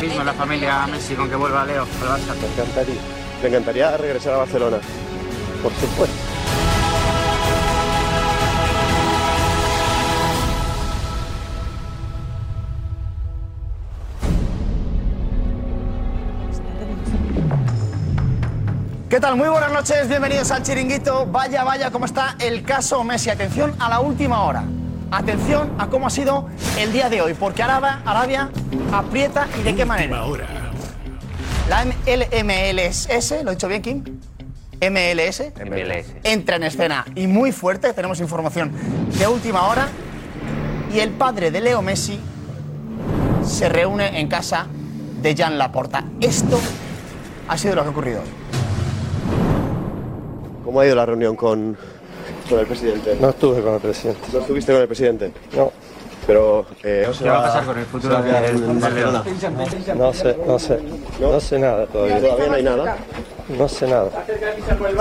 mismo la familia Messi con que vuelva Leo al Barça. Me encantaría, me encantaría regresar a Barcelona. Por supuesto. ¿Qué tal? Muy buenas noches, bienvenidos al chiringuito. Vaya, vaya, cómo está el caso Messi. Atención a la última hora. Atención a cómo ha sido el día de hoy, porque Arabia, Arabia aprieta y de qué manera. La MLSS, ¿lo he dicho bien, Kim? MLS, MLS. entra en escena y muy fuerte, tenemos información de última hora. Y el padre de Leo Messi se reúne en casa de Jan Laporta. Esto ha sido lo que ha ocurrido hoy. ¿Cómo ha ido la reunión con, con el presidente? No estuve con el presidente. ¿No estuviste con el presidente? No. Pero... eh, ¿Qué va a pasar con el futuro se va a quedar del- en del Barcelona? No sé, no sé. No sé nada todavía. Todavía no hay nada. No sé nada.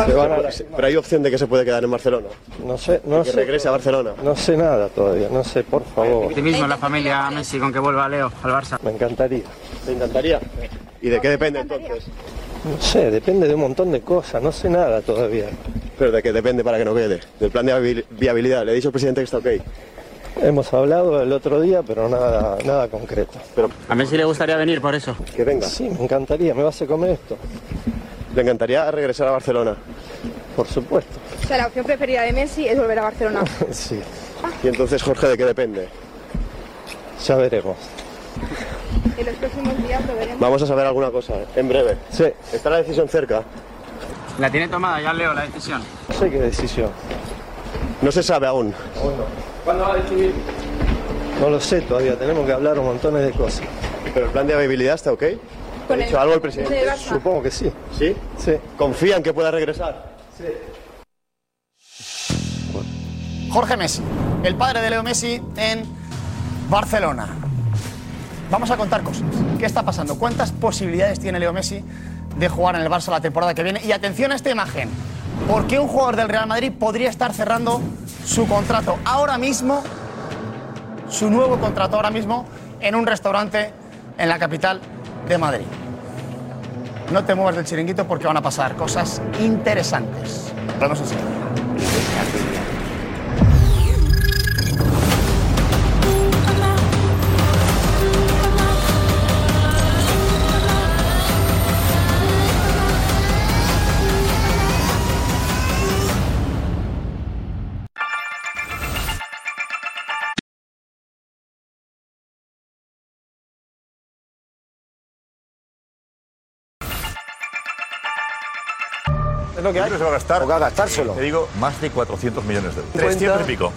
Se van a- se- Pero hay opción de que se puede quedar en Barcelona. No sé, no De que sé. regrese a Barcelona. No sé nada todavía. No sé, por favor. Ti mismo la familia Messi con que vuelva Leo al Barça. Me encantaría. ¿Te encantaría? ¿Y de qué depende entonces? No sé, depende de un montón de cosas. No sé nada todavía. Pero de qué depende para que no quede. Del plan de viabil- viabilidad. Le he dicho al presidente que está ok. Hemos hablado el otro día, pero nada, nada concreto. Pero A Messi le gustaría venir por eso. que venga. Sí, me encantaría. ¿Me vas a comer esto? Le encantaría regresar a Barcelona. Por supuesto. O sea, la opción preferida de Messi es volver a Barcelona. Sí, Y entonces, Jorge, ¿de qué depende? ya veremos. En los próximos días lo veremos. Vamos a saber alguna cosa en breve. Sí, Está la decisión cerca. La tiene tomada ya Leo la decisión. no sé qué decisión. No se sabe aún. No lo sé todavía. Tenemos que hablar un montón de cosas. Pero el plan de viabilidad está ok. ¿Ha Con dicho algo el presidente? del Barça. Supongo que sí. ¿Sí? Sí. ¿Confían que pueda regresar? Jorge Messi, el padre de Leo Messi en Barcelona. Vamos a contar cosas. ¿Qué está pasando? ¿Cuántas posibilidades tiene Leo Messi de jugar en el Barça la temporada que viene? Y atención a esta imagen. ¿Por qué un jugador del Real Madrid podría estar cerrando su contrato ahora mismo, su nuevo contrato ahora mismo, en un restaurante en la capital de Madrid? No te muevas del chiringuito porque van a pasar cosas interesantes. Vamos a Es lo que hay. se va a gastar. O va a gastárselo. Te digo, más de 400 millones de euros. 300 y pico.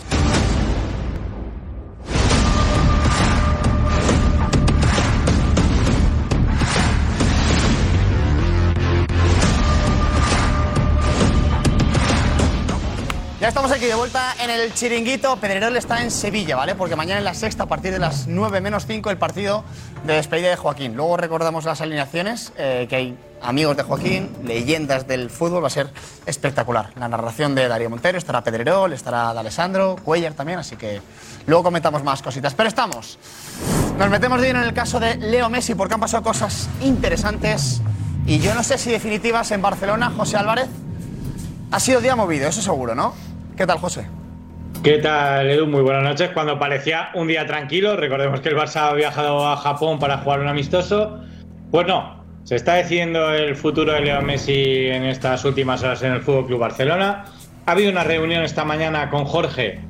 Ya estamos aquí de vuelta en el chiringuito. Pedrerol está en Sevilla, ¿vale? Porque mañana en la sexta, a partir de las 9 menos 5, el partido de despedida de Joaquín. Luego recordamos las alineaciones, eh, que hay amigos de Joaquín, leyendas del fútbol, va a ser espectacular. La narración de Darío Montero, estará Pedrerol, estará D'Alessandro, Cuellar también, así que luego comentamos más cositas. Pero estamos, nos metemos de lleno en el caso de Leo Messi, porque han pasado cosas interesantes y yo no sé si definitivas en Barcelona, José Álvarez. Ha sido día movido, eso seguro, ¿no? ¿Qué tal, José? ¿Qué tal, Edu? Muy buenas noches. Cuando parecía un día tranquilo, recordemos que el Barça ha viajado a Japón para jugar un amistoso. Pues no, Se está decidiendo el futuro de Leo Messi en estas últimas horas en el Fútbol Club Barcelona. Ha habido una reunión esta mañana con Jorge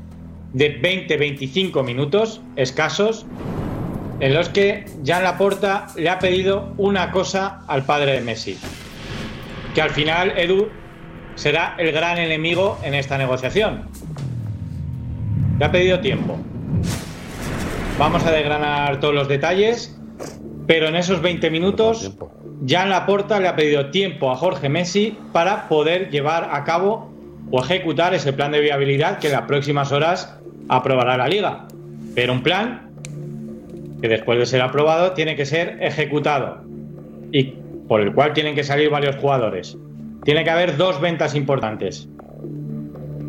de 20-25 minutos escasos, en los que Jan Laporta le ha pedido una cosa al padre de Messi, que al final Edu será el gran enemigo en esta negociación. Le ha pedido tiempo. Vamos a desgranar todos los detalles, pero en esos 20 minutos Jan Laporta le ha pedido tiempo a Jorge Messi para poder llevar a cabo o ejecutar ese plan de viabilidad que en las próximas horas aprobará la liga. Pero un plan que después de ser aprobado tiene que ser ejecutado y por el cual tienen que salir varios jugadores. Tiene que haber dos ventas importantes.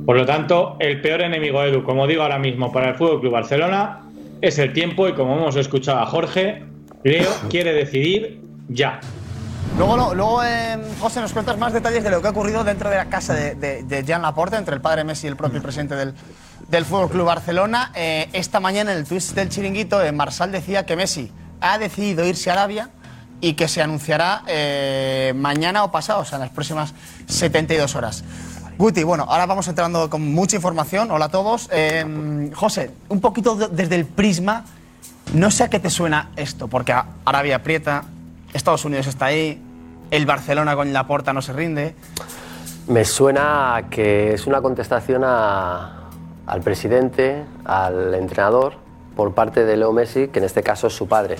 Por lo tanto, el peor enemigo Edu, como digo ahora mismo para el Fútbol Club Barcelona, es el tiempo y como hemos escuchado a Jorge, Leo quiere decidir ya. Luego, lo- luego eh, José, nos cuentas más detalles de lo que ha ocurrido dentro de la casa de, de- de Jan Laporta, entre el padre Messi y el propio presidente del, del Fútbol Club Barcelona. Eh, esta mañana en el twist del chiringuito, eh, Marsal decía que Messi ha decidido irse a Arabia y que se anunciará eh, mañana o pasado, o sea, en las próximas 72 horas. Guti, bueno, ahora vamos entrando con mucha información. Hola a todos. Eh, José, un poquito de- desde el prisma, no sé a qué te suena esto, porque a- Arabia aprieta, Estados Unidos está ahí, el Barcelona con la porta no se rinde. Me suena a que es una contestación a- al presidente, al entrenador, por parte de Leo Messi, que en este caso es su padre.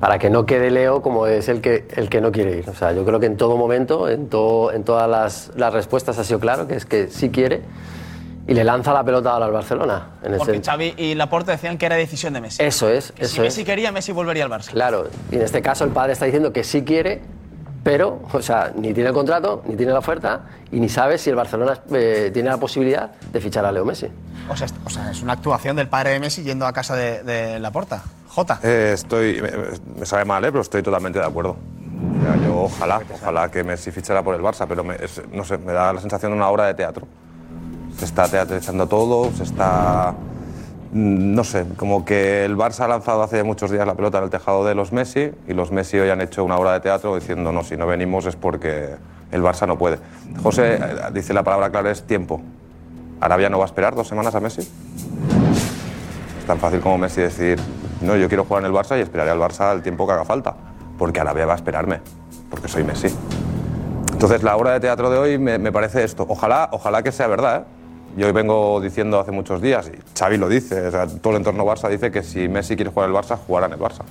Para que no quede Leo como es el que, el que no quiere ir. O sea, yo creo que en todo momento, en, todo- en todas las, las respuestas ha sido claro que es que sí quiere y le lanza la pelota ahora al Barcelona. En el Porque sen- Xavi y Laporta decían que era decisión de Messi. Eso es, Que si Eh, eso es. Messi quería, Messi volvería al Barça. Claro, y en este caso el padre está diciendo que sí quiere, pero, o sea, ni tiene el contrato, ni tiene la oferta, y ni sabe si el Barcelona eh, tiene la posibilidad de fichar a Leo Messi. O sea, es- o sea, es una actuación del padre de Messi yendo a casa de, de la porta. Jota. Eh, estoy, me, me sabe mal, eh, pero estoy totalmente de acuerdo. O sea, yo ojalá, ojalá que Messi fichara por el Barça, pero me- es- no sé, me da la sensación de una obra de teatro. Se está teatralizando todo, se está, mm, no sé, como que el Barça ha lanzado hace muchos días la pelota en el tejado de los Messi y los Messi hoy han hecho una obra de teatro diciendo no, si no venimos es porque el Barça no puede. José eh, dice la palabra clara es tiempo. Arabia no va a esperar dos semanas a Messi. Es tan fácil como Messi decir, no, yo quiero jugar en el Barça y esperaré al Barça el tiempo que haga falta, porque Arabia va a esperarme, porque soy Messi. Entonces la obra de teatro de hoy me, me parece esto. Ojalá, ojalá que sea verdad. ¿eh? Yo vengo diciendo hace muchos días, y Xavi lo dice, o sea, todo el entorno Barça dice que si Messi quiere jugar en el Barça, jugará en el Barça.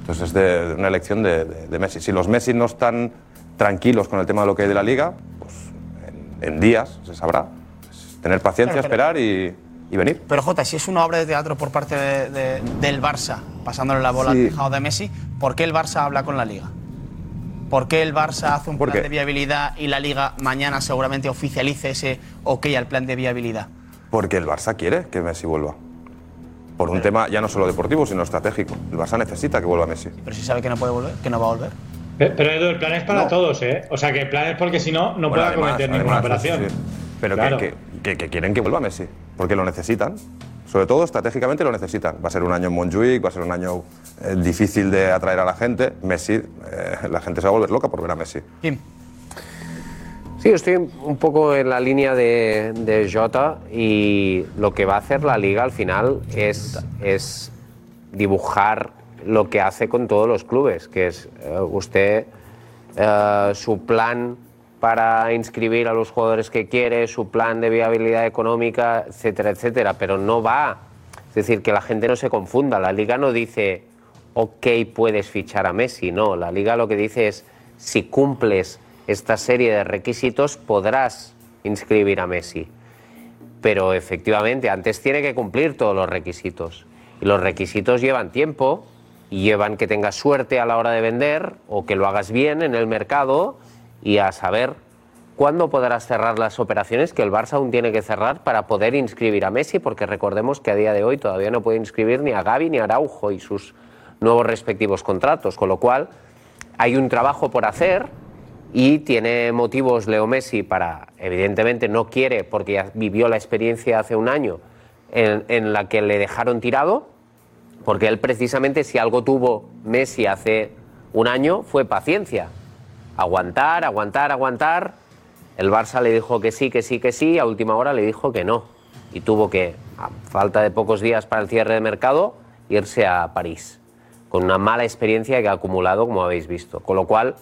Entonces es de, de una elección de, de- de Messi. Si los Messi no están tranquilos con el tema de lo que hay de la liga, pues en, en días se sabrá. Es tener paciencia, Claro, pero- esperar y, y venir. Pero Jota, si es una obra de teatro por parte de- de- del Barça, pasándole la bola Sí. al tejado de Messi, ¿por qué el Barça habla con la Liga? ¿Por qué el Barça hace un ¿Por plan qué? de viabilidad y la Liga mañana seguramente oficialice ese ok al plan de viabilidad? Porque el Barça quiere que Messi vuelva. Por un tema ya no solo deportivo, sino estratégico. El Barça necesita que vuelva Messi. Pero si sabe que no puede volver, que no va a volver. Pe- Pero Edu, el plan es para todos, ¿eh? O sea, que el plan es porque si no, no Bueno, pueda además- cometer ninguna además, sí, operación. sí. Pero que- Claro. que, que- que quieren que vuelva Messi, porque lo necesitan. Sobre todo estratégicamente lo necesitan. Va a ser un año en Montjuic, va a ser un año eh, difícil de atraer a la gente. Messi, eh, la gente se va a volver loca por ver a Messi. Sí, estoy un poco en la línea de, de Jota y lo que va a hacer la liga al final es, es dibujar lo que hace con todos los clubes, que es eh, usted eh, su plan para inscribir a los jugadores que quiere, su plan de viabilidad económica, etcétera, etcétera, pero no va. Es decir, que la gente no se confunda, la liga no dice, ok, puedes fichar a Messi, no, la liga lo que dice es, si cumples esta serie de requisitos, podrás inscribir a Messi. Pero efectivamente, antes tiene que cumplir todos los requisitos. Y los requisitos llevan tiempo y llevan que tengas suerte a la hora de vender o que lo hagas bien en el mercado y a saber cuándo podrás cerrar las operaciones que el Barça aún tiene que cerrar para poder inscribir a Messi, porque recordemos que a día de hoy todavía no puede inscribir ni a Gavi ni a Araujo y sus nuevos respectivos contratos, con lo cual hay un trabajo por hacer y tiene motivos Leo Messi para, evidentemente no quiere, porque ya vivió la experiencia hace un año en, en la que le dejaron tirado, porque él precisamente si algo tuvo Messi hace un año fue paciencia. Aguantar, aguantar, aguantar. El Barça le dijo que sí, que sí, que sí, a última hora le dijo que no. Y tuvo que, a falta de pocos días para el cierre de mercado, irse a París, con una mala experiencia que ha acumulado, como habéis visto. Con lo cual,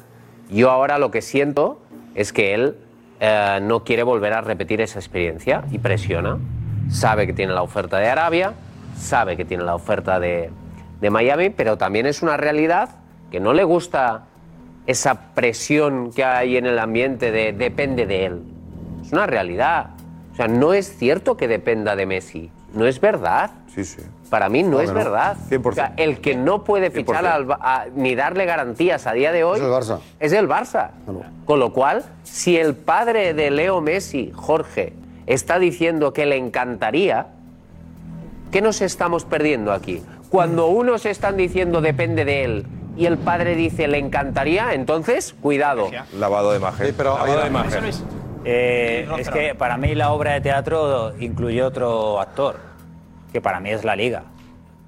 yo ahora lo que siento es que él eh, no quiere volver a repetir esa experiencia y presiona. Sabe que tiene la oferta de Arabia, sabe que tiene la oferta de, de Miami, pero también es una realidad que no le gusta esa presión que hay en el ambiente de depende de él. Es una realidad. O sea, no es cierto que dependa de Messi. No es verdad. Sí, sí. Para mí no Claro es que no. verdad. O sea, el que no puede fichar 100%. al Ba- a- ni darle garantías a día de hoy es el Barça. Es el Barça. Con lo cual, si el padre de Leo Messi, Jorge, está diciendo que le encantaría, ¿qué nos estamos perdiendo aquí? Cuando unos están diciendo depende de él y el padre dice le encantaría, entonces cuidado. Lavado de imagen. Lavado de imagen. Eh, es que para mí la obra de teatro incluyó otro actor, que para mí es la Liga.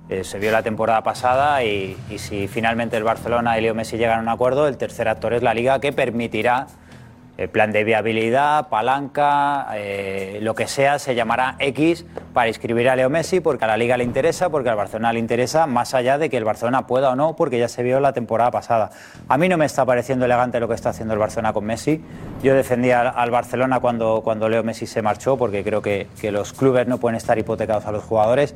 Eh, se vio la temporada pasada y, y si finalmente el Barcelona y Leo Messi llegan a un acuerdo, el tercer actor es la Liga que permitirá el plan de viabilidad, palanca, eh, lo que sea, se llamará X para inscribir a Leo Messi porque a la Liga le interesa, porque al Barcelona le interesa, más allá de que el Barcelona pueda o no, porque ya se vio la temporada pasada. A mí no me está pareciendo elegante lo que está haciendo el Barcelona con Messi. Yo defendía al, al Barcelona cuando, cuando Leo Messi se marchó porque creo que, que los clubes no pueden estar hipotecados a los jugadores,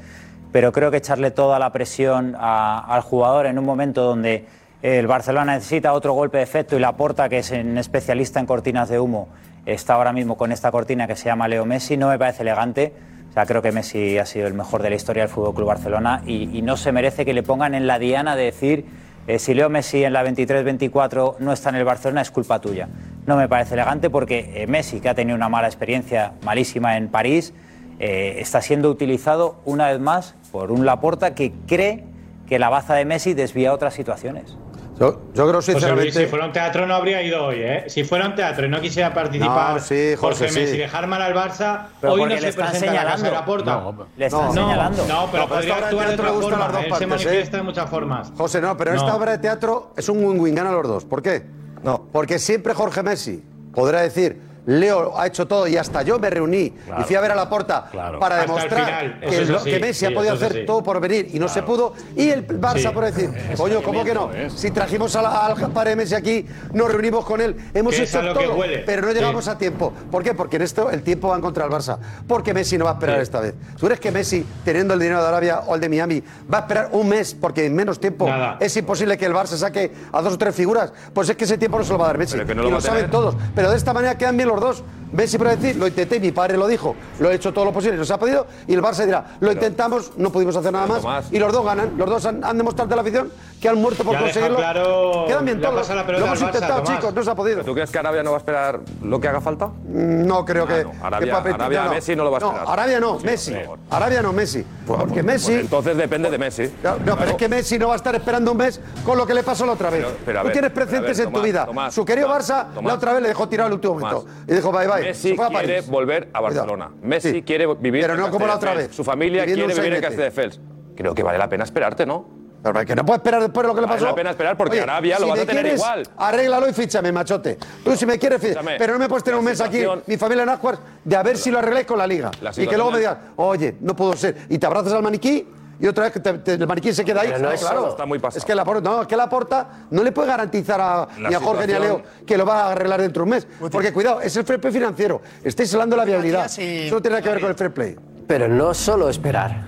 pero creo que echarle toda la presión a- al jugador en un momento donde el Barcelona necesita otro golpe de efecto y la porta, que es un especialista en cortinas de humo, está ahora mismo con esta cortina que se llama Leo Messi. No me parece elegante. O sea, creo que Messi ha sido el mejor de la historia del Fútbol Club Barcelona y, y no se merece que le pongan en la diana de decir eh, si Leo Messi en la 23-24 no está en el Barcelona es culpa tuya. No me parece elegante porque eh, Messi, que ha tenido una mala experiencia malísima en París, eh, está siendo utilizado una vez más por un Laporta que cree que la baza de Messi desvía otras situaciones. Yo, yo creo José Luis, si sinceramente. fuera un teatro no habría ido hoy, ¿eh? Si fuera un teatro y no quisiera participar No, sí, José, Jorge Messi sí. dejar mal al Barça, Pero hoy porque no le se están presenta a la casa de señalando. la puerta. No, le están señalando. No, pero No, pero esta podría obra de actuar de teatro otra le gustan forma. las dos Él se partes, ¿eh? manifiesta de muchas formas. José, no, pero No. esta obra de teatro es un win-win, gana los dos. ¿Por qué? No. Porque siempre Jorge Messi podrá decir. Leo ha hecho todo y hasta yo me reuní y fui a ver a la porta para Hasta el demostrar final, eso que, es lo- así, que Messi sí, ha eso podido es hacer así. todo por venir y no se pudo. Y el Barça Sí. por decir, Es coño, ¿cómo que no? sentimiento, Si trajimos a la- al padre de Messi aquí, nos reunimos con él, hemos Que es hecho a lo que todo, huele. pero no llegamos Sí. a tiempo. ¿Por qué? Porque en esto el tiempo va en contra del Barça. Porque Messi no va a esperar Sí. esta vez. ¿Tú crees que Messi, teniendo el dinero de Arabia o el de Miami, va a esperar un mes porque en menos tiempo Nada. es imposible que el Barça saque a dos o tres figuras? Pues es que ese tiempo no se lo va a dar Messi. Pero que no y lo lo va a saben tener. todos. Pero de esta manera quedan bien los dos. Messi puede decir, lo intenté, y mi padre lo dijo, lo he hecho todo lo posible, nos ha podido, y el Barça dirá, lo intentamos, no pudimos hacer nada más, Tomás. y los dos ganan, los dos han, han demostrado a la afición que han muerto por Ya deja conseguirlo. claro, quedan bien le todos, pasa la lo pelota hemos al Barça, intentado, Tomás. chicos, no se ha podido. ¿Tú crees que Arabia no va a esperar lo que haga falta? No creo que. no. Arabia- que Pape- Arabia a Messi no lo va a esperar. Arabia no, Sí, Messi. por favor. Arabia no, Messi. Porque Messi. Pues entonces depende de Messi. no, pero es que Messi no va a estar esperando un mes con lo que le pasó la otra vez. Pero- pero a Tú ver, tienes pero a ver, precedentes en tu Tomás, vida. Tomás, Su querido Tomás, Barça Tomás. la otra vez le dejó tirado el último momento. Y dijo bye bye. Messi se fue a París. quiere volver a Barcelona. Messi Sí. quiere vivir Pero en no como la otra Castelldefels. vez. Su familia Viviendo quiere un vivir en sainete. Castelldefels. Creo que vale la pena esperarte, ¿no? Pero que no puede esperar después de lo que le Vale pasó. la pena esperar porque Arabia lo si vas a me tener quieres, igual. Arréglalo y fíchame, machote. Tú si me quieres, fí- Escúchame, pero no me puedes tener la un mes aquí, situación- mi familia en Ascuas, de a ver si lo arregláis con la liga. La y que situación luego me es- digas, oye, no puedo ser. Y te abrazas al maniquí y otra vez que te- te- el maniquí se queda ahí. Pero no, Ah, eso está muy pasado. Es que la porta, no, es que la porta no le puede garantizar a, La ni a Jorge ni a Leo situación- que lo va a arreglar dentro de un mes. Porque cuidado, es el fair play financiero. Está aislando la viabilidad. Eso no tiene nada que ver con el fair play. Pero no solo esperar.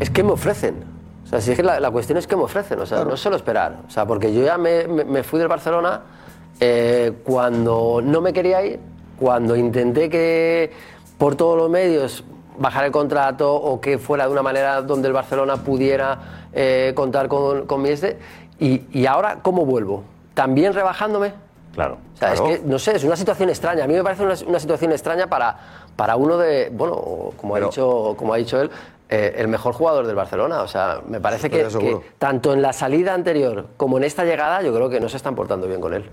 Es que me ofrecen. O sea, si es que la, la cuestión es que me ofrecen. O sea, no solo esperar. O sea, porque yo ya me, me- me fui del Barcelona eh, cuando no me quería ir, cuando intenté que por todos los medios bajar el contrato o que fuera de una manera donde el Barcelona pudiera eh, contar con, con mi este. Y, y ahora, ¿cómo vuelvo? ¿También rebajándome? Claro. O sea, es que, no sé, es una situación extraña. A mí me parece una, una situación extraña para, para uno de, bueno, o como, ha, dicho, como ha dicho él, eh, el mejor jugador del Barcelona. O sea, me parece Estoy que, de seguro. que tanto en la salida anterior como en esta llegada, yo creo que no se están portando bien con él.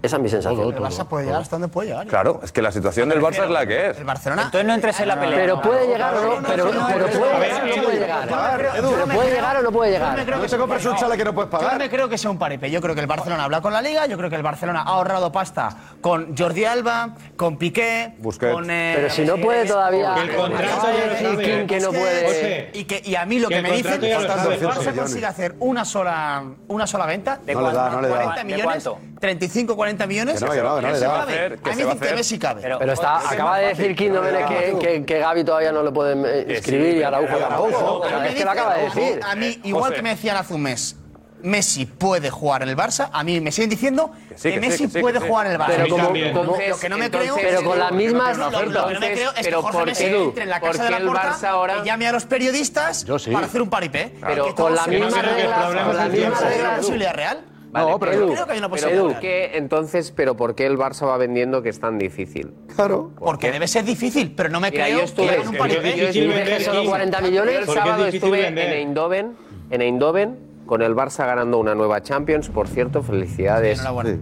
Esa es mi sensación. el Barça puede llegar hasta donde ¿eh? puede llegar. Claro, es que la situación del Barça es la que es. El Barcelona. Entonces no entres en la pelea. Pero puede llegar o no, pero, pero puede llegar o no puede llegar. Pero puede llegar o no puede llegar. se compras un chale que no puedes pagar. Yo no me creo que sea un paripé. Yo creo que el Barcelona habla con la Liga, yo creo que el Barcelona ha ahorrado pasta con Jordi Alba, con Piqué, Busquets. con... eh, Pero si no puede todavía. El contrato Acaba ya de lo decir sabe. Kim que no puede. José, Y, que, y a mí lo que que, el me dicen contrato ya es lo que cuando sabe. el Barça 200 consigue millones. hacer una sola, una sola venta de No le da, cuánto, no le da. 40 ¿De millones, 35, 40 millones, Que no, que no, que no le se da. cabe. Que se va a a mí dicen que hacer. Messi cabe. Pero está, acaba de decir Kim Domenech que, que, que Gaby todavía no lo pueden eh, inscribir y Araujo tampoco. O sea, Es que lo acaba de decir. A mí, igual que me decían hace un mes, Messi puede jugar en el Barça, a mí me siguen diciendo que, sí, que Messi sí, que sí, puede que sí. jugar en el Barça. Pero como- como- lo que no me creo, entonces- pero con las mismas- Lo, lo- lo que no me creo es que Pero Jorge ¿por Messi qué? entre en la ¿Por casa de qué la el Porta, Barça ahora- que llame a los periodistas Yo sí. para hacer un paripé. Pero Que con todos la se- misma Yo creo que el regla- problema con es la el tiempo. misma ¿Es una regla- posibilidad real? Vale, No, pero yo creo que hay una posibilidad Edu, real. ¿qué? entonces, pero ¿por qué el Barça va vendiendo que es tan difícil? Claro. Porque debe ser difícil, pero no me Mira, creo yo que estuve, hagan un yo- paripé. yo estuve solo 40 millones. El sábado estuve en Eindhoven, en Eindhoven con el Barça ganando una nueva Champions. Por cierto, felicidades. enhorabuena.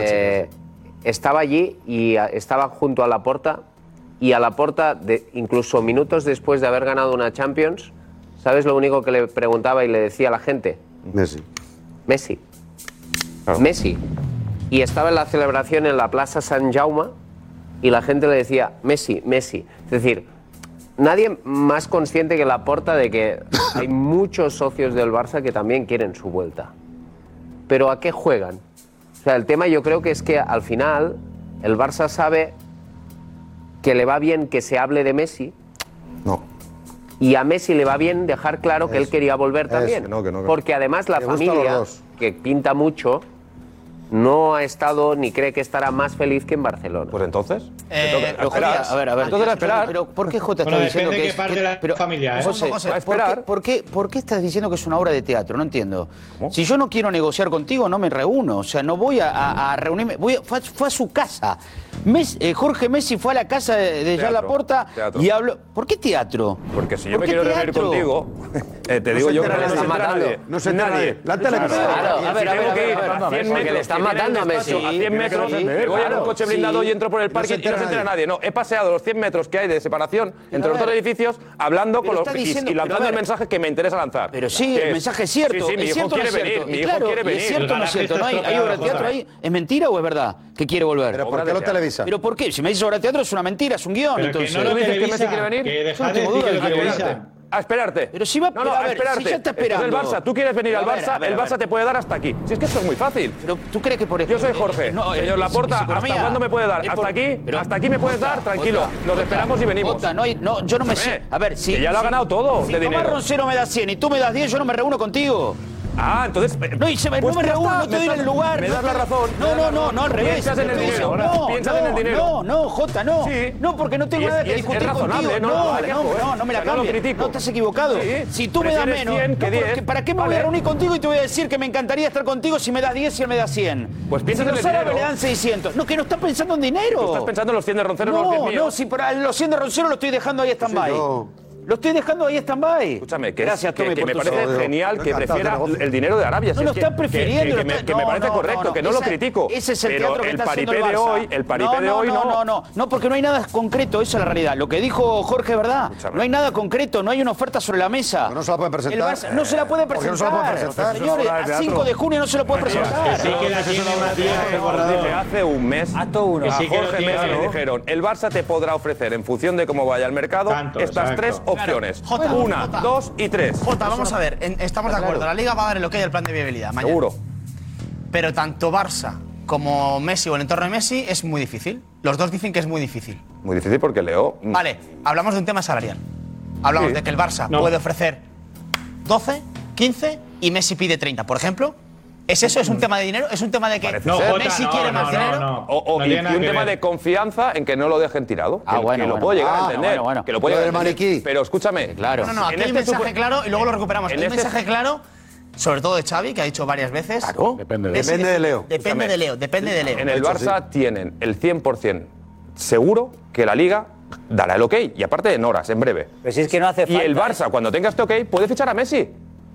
Eh, estaba allí y a- estaba junto a la porta y a la porta, incluso minutos después de haber ganado una Champions, ¿sabes lo único que le preguntaba y le decía a la gente? Messi. Messi. Messi. Y estaba en la celebración en la Plaza San Jaume y la gente le decía, Messi, Messi. Es decir, nadie más consciente que Laporta de que hay muchos socios del Barça que también quieren su vuelta. Pero ¿a qué juegan? O sea, el tema yo creo que es que al final el Barça sabe que le va bien que se hable de Messi. No. Y a Messi le va bien dejar claro que él Eso. quería volver Eso, también. que no, que no, que no. Porque además la Le gusta a los familia, dos. que pinta mucho, no ha estado ni cree que estará más feliz que en Barcelona. Pues entonces. Pero, Jota, a ver, a ver. Pero, ¿por qué Jota está Bueno, diciendo depende que qué es parte que- de la pero, familia, ¿eh? José, José, a ¿por qué- esperar. ¿por qué, por qué estás diciendo que es una obra de teatro? No entiendo. Si yo no quiero negociar contigo, no me reúno. O sea, no voy a, a- a reunirme. Voy a- fue, a- fue a su casa. Mes- eh, Jorge Messi fue a la casa de, de Joan Teatro, Laporta teatro. y habló. ¿Por qué teatro? Porque si yo ¿Por me qué quiero reunir teatro? contigo, eh, te No digo se yo que entera no se nadie, está entera matando. nadie. No se entera nadie. La tele Claro, no se entera. claro. Y A si ver, a tengo ver, que ir a ver, a 100 porque metros, le están que tienen matando a Messi. espacio, A sí, 100 tiene que metros, defender, me voy en claro. un coche Sí. blindado y entro por el No parque se y no se entera entera nadie. No, he paseado los 100 metros que hay de separación entre los a ver. dos edificios hablando con Pero los está y- diciendo- y pero a lanzando ver. el mensaje que me interesa lanzar. Pero sí, Que el mensaje es cierto. Sí, sí, mi es hijo cierto, o no quiere es venir, cierto? mi Y hijo claro, quiere y venir. Es cierto o no es cierto. No hay, hay obra de teatro ahí. ¿Es mentira o es verdad que quiere volver? Pero ¿por qué lo televisan? Pero ¿por qué? Si me dices obra de teatro es una mentira, es un guión. Pero que entonces. no lo ¿Me dices televisa, que Yo dejad no de tengo duda decir que que quiere lo volver. televisa. A esperarte. Pero si va a No, no, esperar, a a ver, esperarte. si ya está Esto es esperando. el Barça, tú quieres venir Pero al a ver, Barça, a ver, el a ver. Barça te puede dar hasta aquí. Si es que esto es muy fácil. Pero tú crees que por Yo soy Jorge. No, eh, Señor Laporta, es economía. ¿hasta cuándo me puede dar? Es ¿Hasta por- aquí? pero- ¿Hasta aquí me puedes Jota, dar? Tranquilo. Jota, Nos Jota, esperamos y venimos. Jota, no, hay- no, yo no me sé. Escúchame, A ver, si. que ya lo ha si- ganado todo si de Tomás dinero. Roncero me da 100 y tú me das 10, yo no me reúno contigo. Ah, entonces. No, y se me, pues no me ya reúno, está, no te me doy estás- el lugar. me no das la te- razón, me No, das no, la no, razón. no, al revés. Piensas en el te dinero, digo, ahora. No, Piensas no, en el dinero. No, no, Jota, no. No, porque no tengo Y es- nada y que es- discutir es razonable, contigo. no, no la no, dejo, ¿eh? no, no me la O sea, no lo cambies. critico. No estás equivocado. Sí, Si tú me das prefieres menos, 100 que no, porque- 10. ¿para qué me voy a Vale. reunir contigo y te voy a decir que me encantaría estar contigo si me das 10 y él me da 100? Pues piensa si en los el árabes dinero. le dan 600. No, que no estás pensando en dinero. Tú estás pensando en los 100 de Roncero, no no, los 10 No, míos. si para los 100 de Roncero lo estoy dejando ahí stand-by. yo- Lo estoy dejando ahí stand-by. Escúchame, que, es- Gracias, que- Tommy, que por me tu parece saludo. genial que Me encanta prefiera este negocio. el dinero de Arabia. No si lo es que- están que- prefiriendo. Que, lo que me, está- que me no, parece no, correcto, no, no. que no lo Esa- critico. Ese es el pero teatro que el está haciendo paripé de Barça. hoy, el paripé No, de hoy No, no. no, no, no, porque no hay nada concreto, esa es la realidad. Lo que dijo Jorge es verdad. No hay nada concreto, no hay una oferta sobre la mesa. No se la puede presentar. no se la puede Porque presentar. no se la puede presentar. Señores, Es una obra de a 5 teatro. de junio no se lo puede presentar. Que sí que la tiene Matías Desde hace un mes uno. a Que sí que lo Jorge tiene, Messi ¿no? le dijeron el Barça te podrá ofrecer en función de cómo vaya el mercado Tanto, estas exacto. tres opciones. Claro. Jota, Una, Jota. dos y tres. Jota, vamos a ver, en- estamos de acuerdo. La Liga va a dar el ok del plan de viabilidad mañana. Seguro. Pero tanto Barça como Messi o el entorno de Messi es muy difícil. Los dos dicen que es muy difícil. Muy difícil porque Leo... mm, Vale, hablamos de un tema salarial. Hablamos Sí. de que el Barça puede ofrecer 12, 15 y Messi pide 30, por ejemplo. ¿Es eso? ¿Es un tema de dinero? ¿Es un tema de que No, Jota, Messi no, quiere no, más no, dinero? no. Mm. O- o- No y tiene un nada que tema ver. de confianza en que no lo dejen tirado. Ah, que, bueno, que lo bueno. puedo llegar Ah, a entender. bueno, bueno. Que lo puedo Lo llegar a del entender. Pero No, no, escúchame. no, aquí hay En un este mensaje super- claro y luego lo recuperamos. en Hay un este- mensaje claro, sobre todo de Xavi, que ha dicho varias veces. Depende de- Depende de Leo. Depende de Leo, depende de Leo. En el De hecho, Barça tienen el 100% seguro que la Liga dará el ok. Y aparte en horas, en breve. Pero si es que no hace falta. Y el Barça, cuando tenga este ok, puede fichar a Messi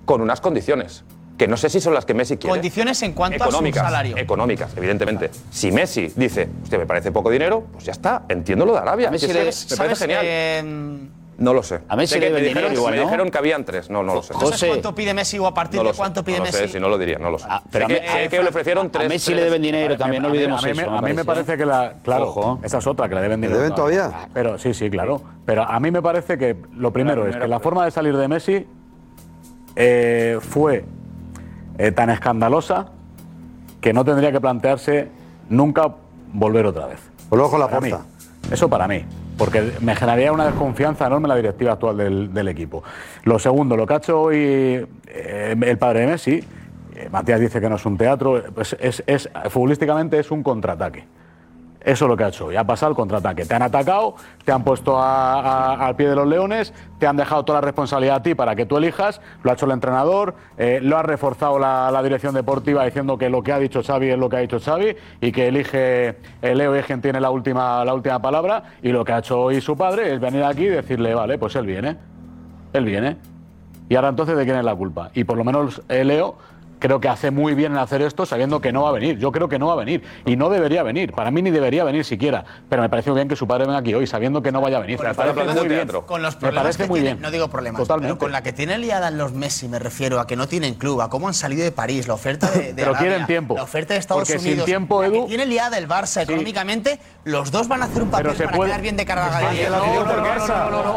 con unas condiciones. que no sé si son las que Messi quiere. Condiciones en cuanto a su salario. Económicas, evidentemente. Si Messi dice, hostia, me parece poco dinero, pues ya está, entiendo lo de Arabia. A Messi que es- le- me ¿sabes, parece genial. eh, No lo sé. A Messi Sé le que me deben dijeron, dinero igual, me ¿no? dijeron que habían tres. No, no lo sé. ¿Tú sabes cuánto pide Messi o a partir No lo de sé, cuánto pide no lo sé, Messi? si no lo diría, no lo sé. pero sé a que, me- sé eh, que le ofrecieron a tres. Messi le deben dinero A mí- a mí, me- a mí me parece que la. Claro, esa es otra, que le deben dinero. deben todavía? Pero sí, sí, claro. Pero a mí me parece que lo primero es que la forma de salir de Messi eh, fue eh, tan escandalosa que no tendría que plantearse nunca volver otra vez. Volvemos Pues con la Para puerta. mí. Eso para mí, porque me generaría una desconfianza enorme en la directiva actual del, del equipo. Lo segundo, lo que ha hecho hoy eh, el padre de Messi, eh, Matías dice que no es un teatro, pues es, es- futbolísticamente es un contraataque. Eso es lo que ha hecho hoy. Ha pasado el contraataque. Te han atacado, te han puesto a- a- al pie de los leones, te han dejado toda la responsabilidad a ti para que tú elijas. Lo ha hecho el entrenador, eh, lo ha reforzado la, la dirección deportiva diciendo que lo que ha dicho Xavi es lo que ha dicho Xavi y que elige eh, Leo y es quien tiene la última, la última palabra. Y lo que ha hecho hoy su padre es venir aquí y decirle, vale, pues él viene, él viene. Y ahora entonces, ¿de quién es la culpa? Y por lo menos eh, Leo creo que hace muy bien en hacer esto sabiendo que no va a venir. Yo creo que no va a venir. Y no debería venir. Para mí ni debería venir siquiera. Pero me parece muy bien que su padre venga aquí hoy sabiendo que no vaya a venir. Me parece muy bien. Con los Me problemas parece que muy tienen- bien. no digo problemas, Totalmente. pero con la que tienen liada los Messi, me refiero a que no tienen club, a cómo han salido de París, la oferta de, de Pero Arabia, quieren tiempo. la oferta de Estados Porque sin Unidos, tiempo, la que tiene liada el Barça económicamente, los dos van a hacer un papel se para puede- quedar bien de cara a la Es que galería. la tiene por Barça. los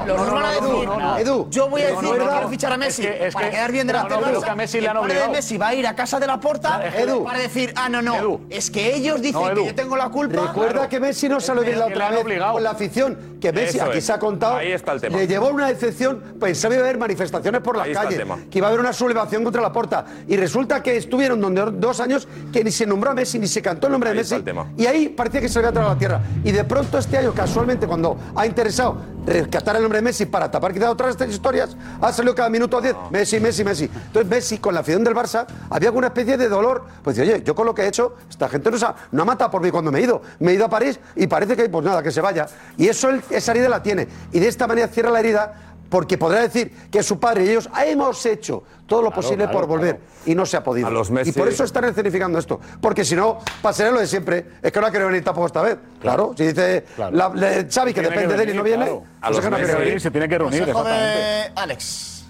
dos van a No, decir, no, no, no. Edu, yo voy a No, decir no, que no. quiero fichar a Es Messi que- es para que- quedar bien delante no, no, del pero es Barça. que a Messi el le han padre de obligado. Messi va a ir a casa de la Porta Claro, es que- Edu. para decir, ah, no, no, Edu. es que ellos dicen No, que Edu. yo tengo la culpa. Recuerda Claro. que Messi no salió Es bien la que le otra han vez obligado. con la afición. Que Messi Eso aquí es. se ha contado. Ahí está el tema. Le llevó una decepción. Pensaba que iba a haber manifestaciones por las Ahí está el calles. tema. Que iba a haber una sublevación contra la puerta. Y resulta que estuvieron donde dos años que ni se nombró a Messi, ni se cantó el nombre Ahí de está Messi. el tema. Y ahí parecía que se le había tragado la tierra. Y de pronto este año, casualmente, cuando ha interesado rescatar el nombre de Messi para tapar quizá otras tres historias, ha salido cada minuto 10. Messi, Messi, Messi. Entonces Messi, con la afición del Barça, había alguna especie de dolor. Pues dice, oye, yo con lo que he hecho, esta gente no, se ha- no ha matado por mí cuando me he ido. Me he ido a París y parece que, pues nada, que se vaya. Y eso, él- esa herida la tiene. Y de esta manera cierra la herida. Porque podrá decir que su padre y ellos hemos hecho todo lo posible claro, por volver y no se ha podido. Messi- Y por eso están escenificando esto. Porque si no, pasaría lo de siempre. Es que no ha querido venir tampoco esta vez. Claro. Si dice Claro. la- le- Xavi que Tiene depende que de él y no venir, viene, claro. pues es que no ha querido venir. Se tiene que reunir, Consejo exactamente. de Alex.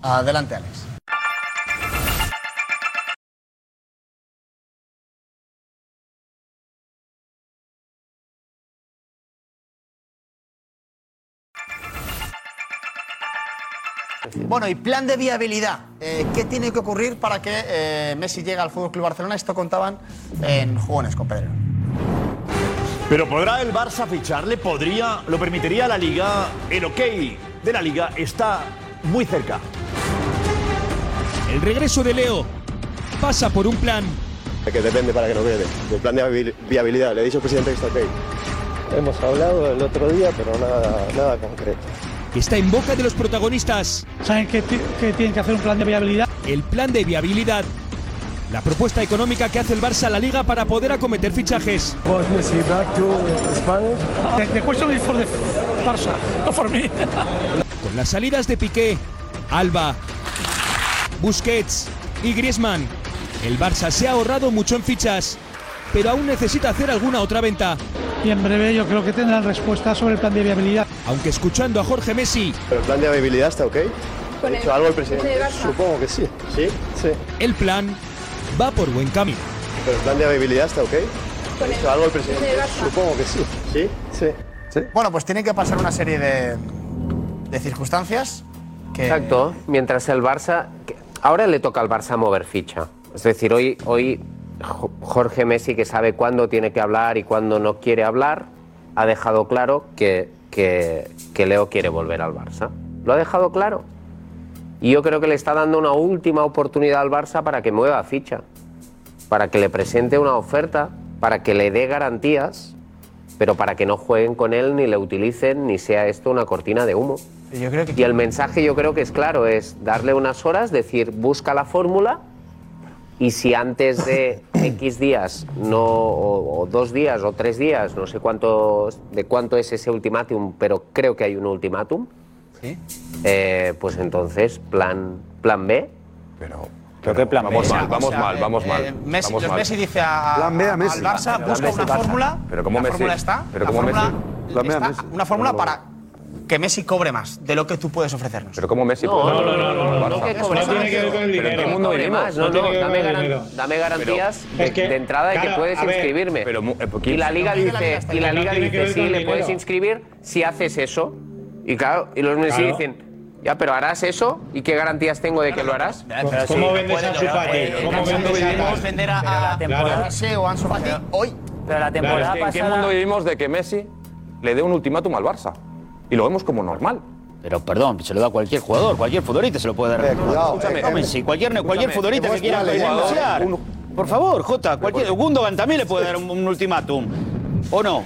Adelante, Alex. Bueno, y plan de viabilidad. Eh, ¿Qué tiene que ocurrir para que eh, Messi llegue al Fútbol Club Barcelona? Esto contaban en Jugones con Pedro. Pero ¿podrá el Barça ficharle? ¿Podría? ¿Lo permitiría la Liga? El ok de la Liga está muy cerca. El regreso de Leo pasa por un plan. Que depende para que no quede. El plan de viabil- viabilidad. Le he dicho al presidente que está ok. Hemos hablado el otro día, pero nada, nada concreto. que está en boca de los protagonistas. Saben que, tienen que hacer un plan de viabilidad. El plan de viabilidad. La propuesta económica que hace el Barça a la Liga para poder acometer fichajes. Con las salidas de Piqué, Alba, Busquets y Griezmann, el Barça se ha ahorrado mucho en fichas, pero aún necesita hacer alguna otra venta. Y en breve yo creo que tendrán respuesta sobre el plan de viabilidad. Aunque escuchando a Jorge Messi, Pero el plan de viabilidad está ok. Con ¿Ha el- dicho algo el con presidente? el Barça. Supongo que sí. ¿Sí? Sí. el plan va por buen camino. Pero el plan de viabilidad está ok. ¿Ha dicho algo el ¿eh? presidente? con el Barça. Supongo que sí. ¿Sí? Sí. Bueno, pues tienen que pasar una serie de, de circunstancias que... Exacto. Mientras el Barça. que- Ahora le toca al Barça mover ficha. Es decir, hoy, hoy Jo- Jorge Messi, que sabe cuándo tiene que hablar y cuándo no quiere hablar, ha dejado claro que, que- que Leo quiere volver al Barça. Lo ha dejado claro. Y yo creo que le está dando una última oportunidad al Barça para que mueva ficha, para que le presente una oferta, para que le dé garantías, pero para que no jueguen con él, ni le utilicen, ni sea esto una cortina de humo. Yo creo que Y el mensaje yo creo que es claro, es darle unas horas, decir, busca la fórmula y si antes de X días, no, o, o dos días o tres días, no sé cuánto, de cuánto es ese ultimátum, pero creo que hay un ultimátum, eh, pues entonces plan, plan B. Pero... Pero qué plan Vamos B. mal, vamos mal, vamos mal. Eh, Messi, vamos entonces mal. Messi dice a, a- Plan B a al Messi. Barça, Plan busca Messi, una Barça. fórmula. Pero ¿cómo la Messi? fórmula está. Pero la ¿cómo fórmula Messi? Plan B a está, Messi. Una fórmula para que Messi cobre más de lo que tú puedes ofrecernos. Pero ¿cómo Messi? No, puede no, ganar no, el no, no, Barça? no, que cobre No tiene más. que ver con el Pero ¿en dinero. qué mundo Cobre vivimos? más, no, No tiene no, que ver dame con el garan- dinero. dame garantías Pero- de- Es que, de entrada de que claro, puedes a ver, inscribirme. Pero, mu- eh, Y ¿quién- la liga dice, y la liga dice, sí, le puedes inscribir si haces eso. Y claro, y los Messi Claro. dicen, ya, pero harás eso y qué garantías tengo de que lo harás. Pues, ¿Cómo vendes a Ansu Fati? ¿Cómo vendes a- vivimos? vender a, a temporada- Sí, o a Ansu Fati hoy? Pero la Claro, es que ¿En qué mundo vivimos de que Messi le dé un ultimátum al Barça? Y lo vemos como normal. Pero perdón, se lo da a cualquier jugador, cualquier futbolista se lo puede dar. cuidado, Escúchame, eh, no, Messi, cualquier, cualquier escúchame, futbolista te que quiera muestra la leyenda. negociar. Por favor, Jota, cualquier, Gundogan también le puede dar un, un ultimátum. ¿O no?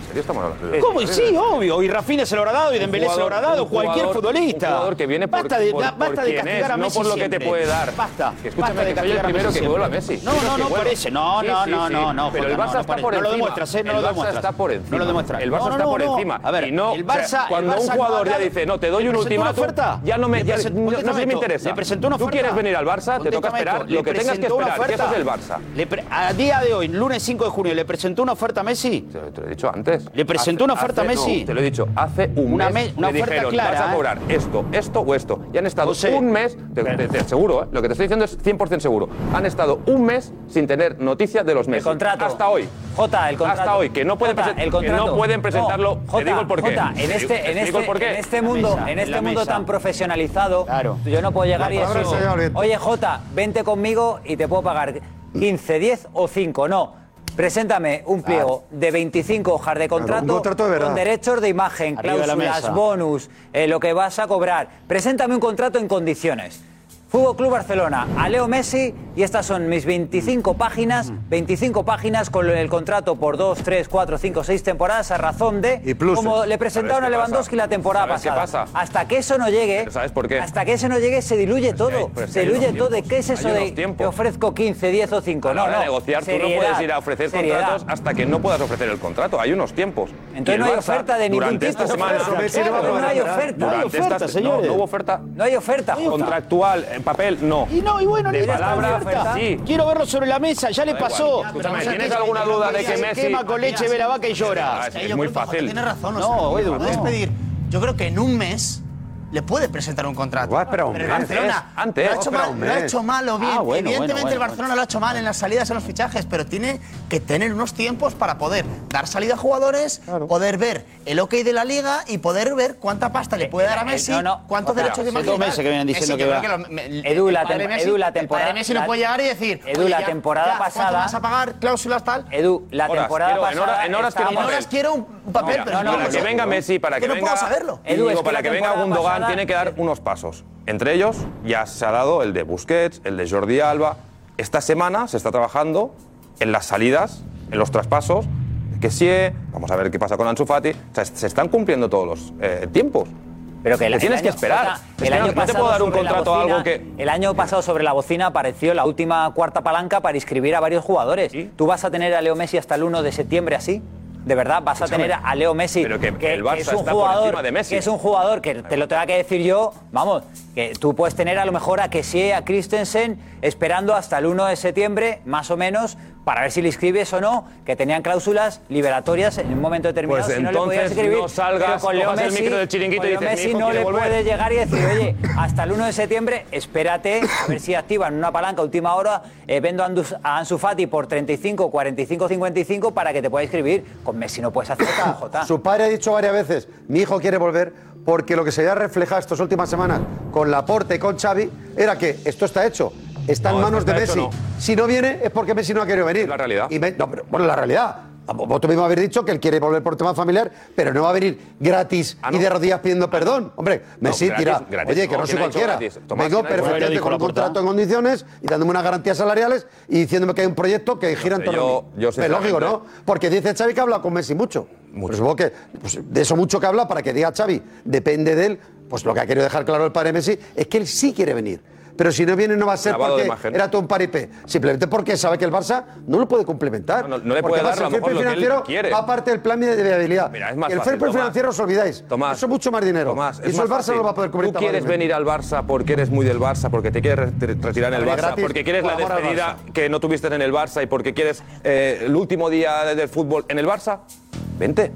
¿Cómo? Sí, obvio. Y Rafinha se lo habrá dado, y Dembélé se lo habrá dado, Un cualquier jugador- futbolista. Un jugador que viene por, basta de, por- da- por basta de quién castigar es, a Messi No por lo que siempre. te puede dar. Basta. Que Escúchame, basta de que soy el castigar a primero Messi que vuelva a siempre. Messi. No, Yo no, que no vuelva. parece. No, Sí, no, sí, no, sí. no, no. Pero el Jota, Barça no, no está parece. por No encima. lo demuestras, ¿eh? No El lo Barça demuestras. está por encima. No lo demuestras. El Barça No, no, está por no. encima. A ver, Y no- el o sea, Barça. el cuando un Barça no jugador ya ha dado- dice, no, te doy le un presentó una ultimátum, oferta. ya no me- Le ya- presentó- no- no sé si me Contexto, interesa. Le presentó una Tú oferta. quieres venir al Barça, te toca Contexto, esperar Maestro, lo le que tengas que presentó una esperar, que eso oferta. es el Barça. Le pre- a día de hoy, lunes 5 de junio, ¿le presentó una oferta a Messi? Te lo he dicho antes. ¿Le presentó Hace- una oferta a hace- no, Messi? te lo he dicho, hace un Una mes me- una le oferta dijeron, vas clara, ¿eh? a cobrar esto, esto o esto. Y han estado un mes, te, te- te aseguro, ¿eh? lo que te estoy diciendo es 100% seguro. Han estado un mes sin tener noticia de los meses. contrato. Hasta hoy. Jota, el contrato. Hasta hoy, que no pueden, Jota, presen- el que contrato. no pueden presentarlo. No, te digo el porqué. Jota, Te en digo- este, te en digo el este, porqué. en este mundo, en este mundo tan profesionalizado, yo no puedo llegar y La palabra decir, se lleva al viento. oye Jota, vente conmigo y te puedo pagar 15, 10 o 5, no. Preséntame un pliego de 25 hojas de contrato, un contrato de verdad. con derechos de imagen, Arriba de la mesa. cláusulas, bonus, eh, lo que vas a cobrar. Preséntame un contrato en condiciones. Fútbol Club Barcelona, a Leo Messi y estas son mis 25 páginas, 25 páginas con el contrato por 2, 3, 4, 5, 6 temporadas a razón de Y pluses. como le presentaron a ¿Sabes qué Lewandowski pasa? la temporada ¿Sabes qué pasada. pasa? Hasta que eso no llegue, Pero ¿Sabes por qué? Pues hasta que eso no llegue se diluye todo, hay- pero es se que hay diluye unos todo. tiempos, ¿Qué es eso hay unos de te tiempos. ofrezco 15, 10 o 5? A No, la hora no. de negociar, tú no Seriedad, puedes ir a ofrecer seriedad. contratos hasta que no puedas ofrecer el contrato. Hay unos tiempos. Entonces Y el no hay Barça, oferta de ningún durante tipo. Esta semana, Claro, no hay oferta. No hay Durante esta oferta, se- señores. No, no hubo oferta. No hay oferta. Contractual, en papel, no. Y no, y bueno, de ni palabra, oferta. sí. Quiero verlo sobre la mesa, ya le Da igual. pasó. Escúchame, O sea, ¿tienes que- alguna duda de que se Messi- quema con leche, ve la vaca y llora? Ah, es- es muy fácil. Tienes razón, o sea, No, Edu, puedes no. pedir. Yo creo que en un mes le puede presentar un contrato. un Pero el mes. ¿eh? Barcelona Antes, lo ha hecho espera mal, un lo ha mes. hecho mal o bien. Ah, bueno, Evidentemente bueno, bueno, el Barcelona lo ha hecho mal en las salidas en los fichajes, pero tiene que tener unos tiempos para poder dar salida a jugadores, poder ver el OK de la liga y poder ver cuánta pasta le puede dar a eh, Messi, no, no. cuántos Espera, derechos hace de imagen. dos y tal. meses que vienen diciendo Messi, que yo va. creo lo- me- el Edu, la padre tem- Messi- Edu, la el padre temporada- Messi no la- puede llegar y decir. Edu, oye, la ya- temporada ya, ¿cuánto pasada- vas a pagar? Cláusulas tal. Edu, la Horas, temporada quiero- en pasada. hora- en horas quiero estaba- un papel. En horas quiero un papel, Mira, pero no para lo que sé. venga Messi, para que, Que no venga. puedo saberlo. y Edu, digo, es que para la que venga temporada Gundogan pasada- tiene que dar unos pasos. Entre ellos ya se ha dado el de Busquets, el de Jordi Alba. Esta semana se está trabajando en las salidas, en los traspasos. Que sí, vamos a ver qué pasa con Ansu Fati. O sea, se están cumpliendo todos los eh, tiempos. Pero que el- Te el tienes que año- esperar. Jota, Es que no- no te puedo dar un sobre la contrato a bocina- algo que El año pasado sobre la bocina apareció la última cuarta palanca para inscribir a varios jugadores. ¿Tú vas a tener a Leo Messi hasta el 1 de septiembre así? ¿De verdad vas Escúchame. a tener a Leo Messi? Pero que el Barça es un está por jugador, encima de Messi. Que es un jugador que te lo tenga que decir yo, vamos, que tú puedes tener a lo mejor a Kessie, a Christensen, esperando hasta el 1 de septiembre, más o menos, para ver si le inscribes o no, que tenían cláusulas liberatorias en un momento determinado. Pues si no le podías entonces inscribir. no salgas, Pero con Leo cojas el Messi, micro del chiringuito con y Leo dices, "Mi Messi hijo no quiere le volver". puedes llegar y decir, oye, hasta el 1 de septiembre, espérate, a ver si activan una palanca última hora, eh, vendo a, Andus- a Ansu Fati por 35, 45, 55 para que te pueda inscribir. Con Messi no puedes hacer nada, Jota. Su padre ha dicho varias veces, mi hijo quiere volver porque lo que se había reflejado estas últimas semanas con Laporte y con Xavi era que esto está hecho, está en No, manos está de hecho, Messi. no. Si no viene es porque Messi no ha querido venir. la realidad. no, pero, bueno, la realidad. Vos tú mismo habéis dicho que él quiere volver por tema familiar, pero no va a venir gratis Ah, y de rodillas pidiendo perdón. Hombre, Messi gratis, tira. gratis, Oye, que no, ¿quién no, soy ha dicho cualquiera. gratis? Tomás, Vengo ¿quién ha dicho perfectamente gratis? con un contrato en condiciones y dándome unas garantías salariales y diciéndome que hay un proyecto que gira en sé, torno yo- a mí. yo Pero lógico, sinceramente- ¿no? Porque dice Xavi que ha hablado con Messi mucho. Pero supongo que pues, de eso mucho que habla para que diga Xavi, depende de él, pues lo que ha querido dejar claro el padre Messi es que él sí quiere venir. Pero si no viene no va a ser Lavado de porque imagen. era todo un paripé. Simplemente porque sabe que el Barça no lo puede complementar. No, no, no le Porque puede dar, además a el lo mejor, fair play lo que él financiero quiere. va aparte del plan de viabilidad. Mira, es más y el fair fácil, play Tomás. financiero os olvidáis. Tomás, eso es mucho más dinero. Tomás, y es eso el más Barça no fácil. lo va a poder cubrir. Tú quieres Tamames. venir al Barça porque eres muy del Barça, porque te quieres re- retirar en el Hombre, Barça, gratis, porque quieres la por amor al despedida que no tuviste en el Barça y porque quieres eh, el último día de- del fútbol en el Barça. Vente.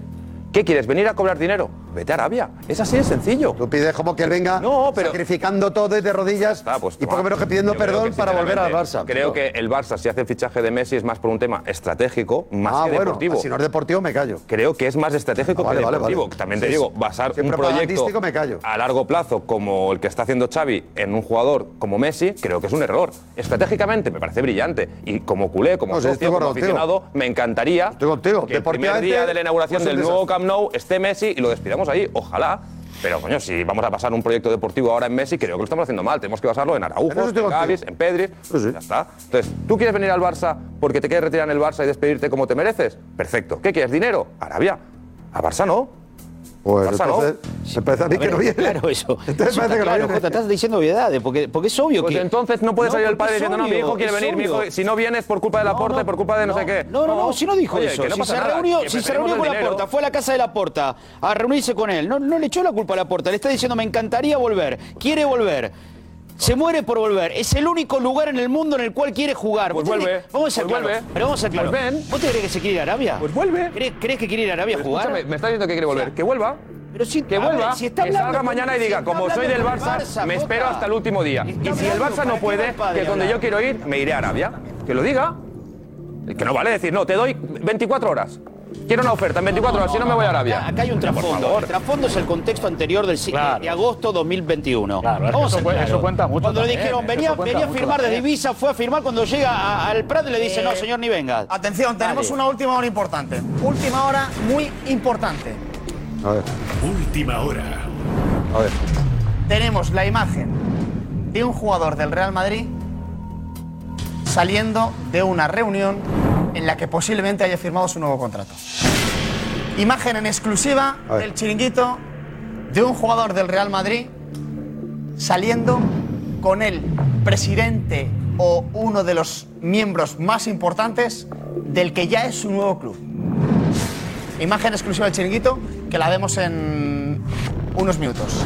¿Qué quieres? ¿Venir a cobrar dinero? Vete a Arabia. Es así de sencillo. Tú pides como que él venga sacrificando todo desde rodillas y poco menos que pidiendo Ah, pues, Yo creo perdón que, para volver al sinceramente, Barça. Creo que el Barça, si hace el fichaje de Messi, es más por un tema estratégico, más ah, que bueno, deportivo. si no es deportivo me callo. Creo que es más estratégico Ah, vale, que vale, deportivo. vale. También te Sí, digo, sí. basar Si es un proyecto propagandístico, me callo. a largo plazo como el que está haciendo Xavi en un jugador como Messi, creo que es un error. Estratégicamente me parece brillante y como culé, como No, sí, socio, estoy como contigo. aficionado, me encantaría que el primer Deportivamente, día de la inauguración pues del es un nuevo Camp Nou esté Messi y lo despidamos ahí, ojalá. Pero coño, si vamos a pasar un proyecto deportivo ahora en Messi, creo que lo estamos haciendo mal. Tenemos que basarlo en En eso Araujo, estoy en Gavis, contigo. en Pedri. Ya está. Entonces, ¿tú quieres venir al Barça porque te quieres retirar en el Barça y despedirte como te mereces? Perfecto. ¿Qué quieres? ¿Dinero? Arabia. A Barça no. Pues Barça entonces, me parece a mí que no viene. Claro, eso. Entonces Eso parece está que no claro, viene. Jota, estás diciendo obviedades, porque, porque es obvio Pues que. entonces no puede salir el porque padre es diciendo, no, mi obvio, hijo quiere es venir, mi obvio". hijo, si no vienes por culpa de la porta, por culpa de no, sé qué. No, no, no, si no dijo Oye, eso. que no si pasa se nada, reunió, que si se preferimos reunió el con la dinero. porta, fue a la casa de la porta a reunirse con él. No, no le echó la culpa a la porta, le está diciendo, me encantaría volver, quiere volver. Se muere por volver. Es el único lugar en el mundo en el cual quiere jugar. Pues ¿Vos te vuelve, crees- Vamos a ser pues claros. vuelve. Pero vamos a ser Pues claros. ven. ¿Vos te crees que se quiere ir a Arabia? Pues vuelve. ¿Crees, crees que quiere ir a Arabia a Pero jugar? escúchame, me está diciendo que quiere volver. Que vuelva. Pero sí, Que a ver, vuelva, si está ¿eh? que hablando salga con- mañana y si diga, está como soy del hablando con Barça, el Barça, me Jota. espero hasta el último día. Está Y si el hablando, Barça ¿para no qué va puede, el padre que es donde ahora? yo quiero ir, me iré a Arabia. Que lo diga. Que no vale decir, no, te doy 24 horas. Quiero una oferta en 24 horas, si no me voy a Arabia. Acá hay un trasfondo. El trasfondo es el contexto anterior del si- de agosto 2021. Vamos a eso ser cu- claros. eso cuenta mucho Cuando le también, dijeron, eso venía, cuenta venía a mucho firmar desde también. Ibiza, fue a firmar cuando llega a- al Prat y le dice, Eh, no, señor, ni venga. Atención, tenemos Dale. una última hora importante. Última hora muy importante. A ver. Última hora. A ver. Tenemos la imagen de un jugador del Real Madrid saliendo de una reunión en la que posiblemente haya firmado su nuevo contrato. Imagen en exclusiva A ver. del chiringuito de un jugador del Real Madrid saliendo con el presidente o uno de los miembros más importantes del que ya es su nuevo club. Imagen exclusiva del chiringuito que la vemos en unos minutos.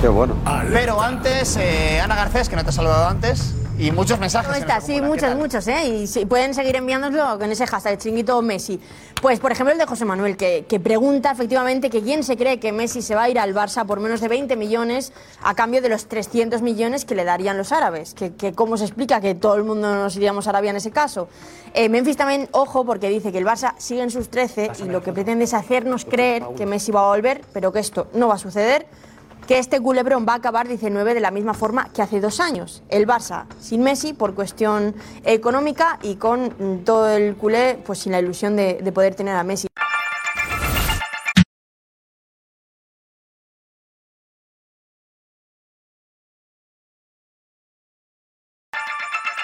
Qué bueno. Pero antes, eh, Ana Garcés, que no te ha saludado antes, y muchos mensajes. ¿Cómo que nos estás? Sí, muchos, muchos, ¿eh? Y sí, pueden seguir enviándoslo con ese hashtag, chinguito Messi. Pues, por ejemplo, el de José Manuel, que, que pregunta efectivamente que quién se cree que Messi se va a ir al Barça por menos de 20 millones a cambio de los 300 millones que le darían los árabes. Que, que ¿Cómo se explica que todo el mundo nos iríamos a Arabia en ese caso? Eh, Memphis también, ojo, porque dice que el Barça sigue en sus 13 y lo que pretende es hacernos creer que Messi va a volver, pero que esto no va a suceder que este culebrón va a acabar, dice 9, de la misma forma que hace dos años. El Barça sin Messi por cuestión económica y con mm, todo el culé pues sin la ilusión de, de poder tener a Messi.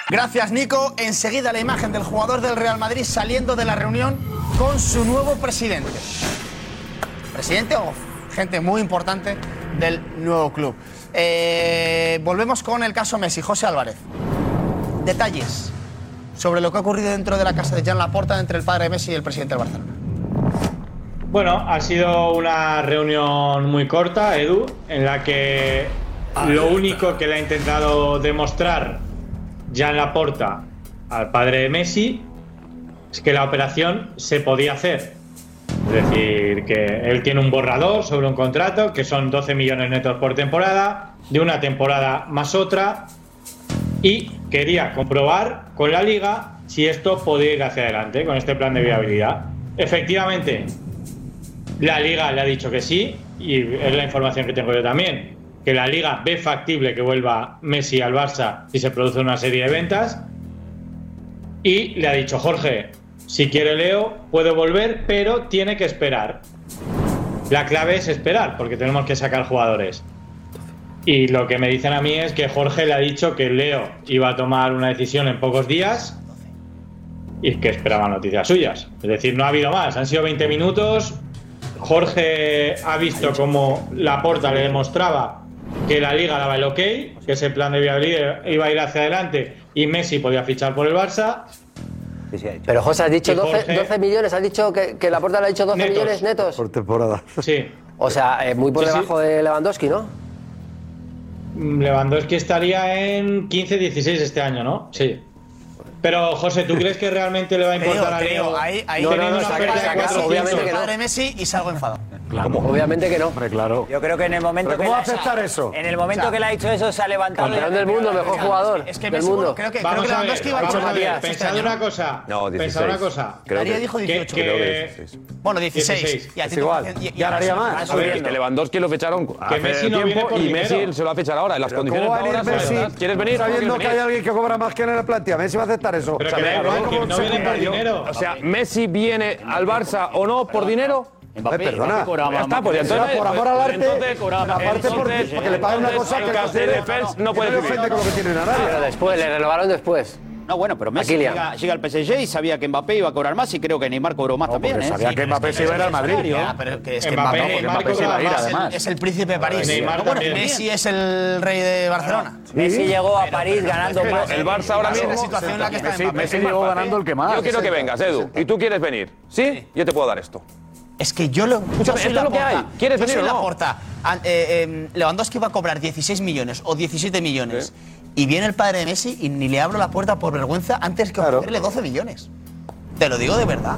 Gracias, Nico. Enseguida la imagen del jugador del Real Madrid saliendo de la reunión con su nuevo presidente. Presidente o gente muy importante del nuevo club. Eh, volvemos con el caso Messi, José Álvarez. Detalles sobre lo que ha ocurrido dentro de la casa de Jan Laporta entre el padre de Messi y el presidente del Barcelona. Bueno, ha sido una reunión muy corta, Edu, en la que lo único que le ha intentado demostrar Jan Laporta al padre de Messi es que la operación se podía hacer. Es decir, que él tiene un borrador sobre un contrato que son 12 millones netos por temporada, de una temporada más otra, y quería comprobar con la liga si esto podía ir hacia adelante con este plan de viabilidad. Efectivamente, la liga le ha dicho que sí, y es la información que tengo yo también, que la liga ve factible que vuelva Messi al Barça si se produce una serie de ventas. Y le ha dicho Jorge, si quiere Leo, puede volver, pero tiene que esperar. La clave es esperar, porque tenemos que sacar jugadores. Y lo que me dicen a mí es que Jorge le ha dicho que Leo iba a tomar una decisión en pocos días y que esperaba noticias suyas. Es decir, no ha habido más. Han sido 20 minutos. Jorge ha visto cómo Laporta le demostraba que la liga daba el ok, que ese plan de viabilidad iba a ir hacia adelante y Messi podía fichar por el Barça. Pero José, has dicho Y 12, Jorge- 12 millones, has dicho que, que la puerta le ha dicho 12 Netos. millones netos. Por temporada. Sí. O sea, eh, muy por Sí, sí. debajo de Lewandowski, ¿no? Lewandowski estaría en 15-16 este año, ¿no? Sí. Pero, José, ¿tú crees que realmente le va a Te digo, importar te a digo, Leo? ahí, ahí teniendo teniendo una una pérdida de pérdida de 400? 400 padre Messi y salgo enfadado. Obviamente que no. claro. Yo creo que en el momento ¿Pero que cómo le- va a afectar eso? En el momento O sea, que le ha dicho eso se ha levantado. campeón del mundo, mejor jugador Es que del Messi, mundo. creo que- creo Vamos que a ver, Lewandowski va a vamos echar a ver, Matías este pensad año, una ¿no? cosa. No, Pensad 16. una cosa. Creo Daría que- dijo 18. que- Creo que que- 16. Bueno, 16. Y a es ti te igual. parecen- y- y Ya a daría ti- más. a ver, que Lewandowski lo ficharon hace Messi no viene tiempo por y dinero. Messi se lo va a fichar ahora. En las Pero condiciones ¿Cómo va a ahora, venir Messi? ¿verdad? ¿Quieres venir? o no Sabiendo quieres que hay venir? alguien que cobra más que él en la plantilla. Messi va a aceptar eso. Pero que da igual, que no viene por dinero. O sea, Messi viene al Barça o no por dinero. Eh, Mbappé, perdona. Ya está, pues entonces. eh, por amor al arte, aparte por, entonces, porque le pagan una cosa que el cartel de Fels no puede vivir. con lo que tiene en Arabia. Pero después, le renovaron después. No, bueno, pero A Messi Kylian. llega, llega al PSG y sabía que Mbappé iba a cobrar más y creo que Neymar cobró más también. porque ¿eh? sabía que Mbappé se iba a ir al Madrid. Ya, pero que es que Mbappé, Mbappé, Neymar Mbappé se cobra va a ir más, además. el- Es el príncipe de París. Neymar No, bueno, también. Messi es el rey de Barcelona. Messi llegó a París pero- ganando pero más. el Barça ahora mismo- Messi- Messi llegó ganando el que más. Yo quiero que vengas, Edu. Y tú quieres venir. ¿Sí? Yo te puedo dar esto. Es que yo lo. Escúchame, esto es lo que hay. ¿Quieres venir o la no? porta. eh, Lewandowski va a cobrar 16 millones o 17 millones. Y viene el padre de Messi y ni le abro la puerta por vergüenza antes que ofrecerle 12 millones. Te lo digo de verdad.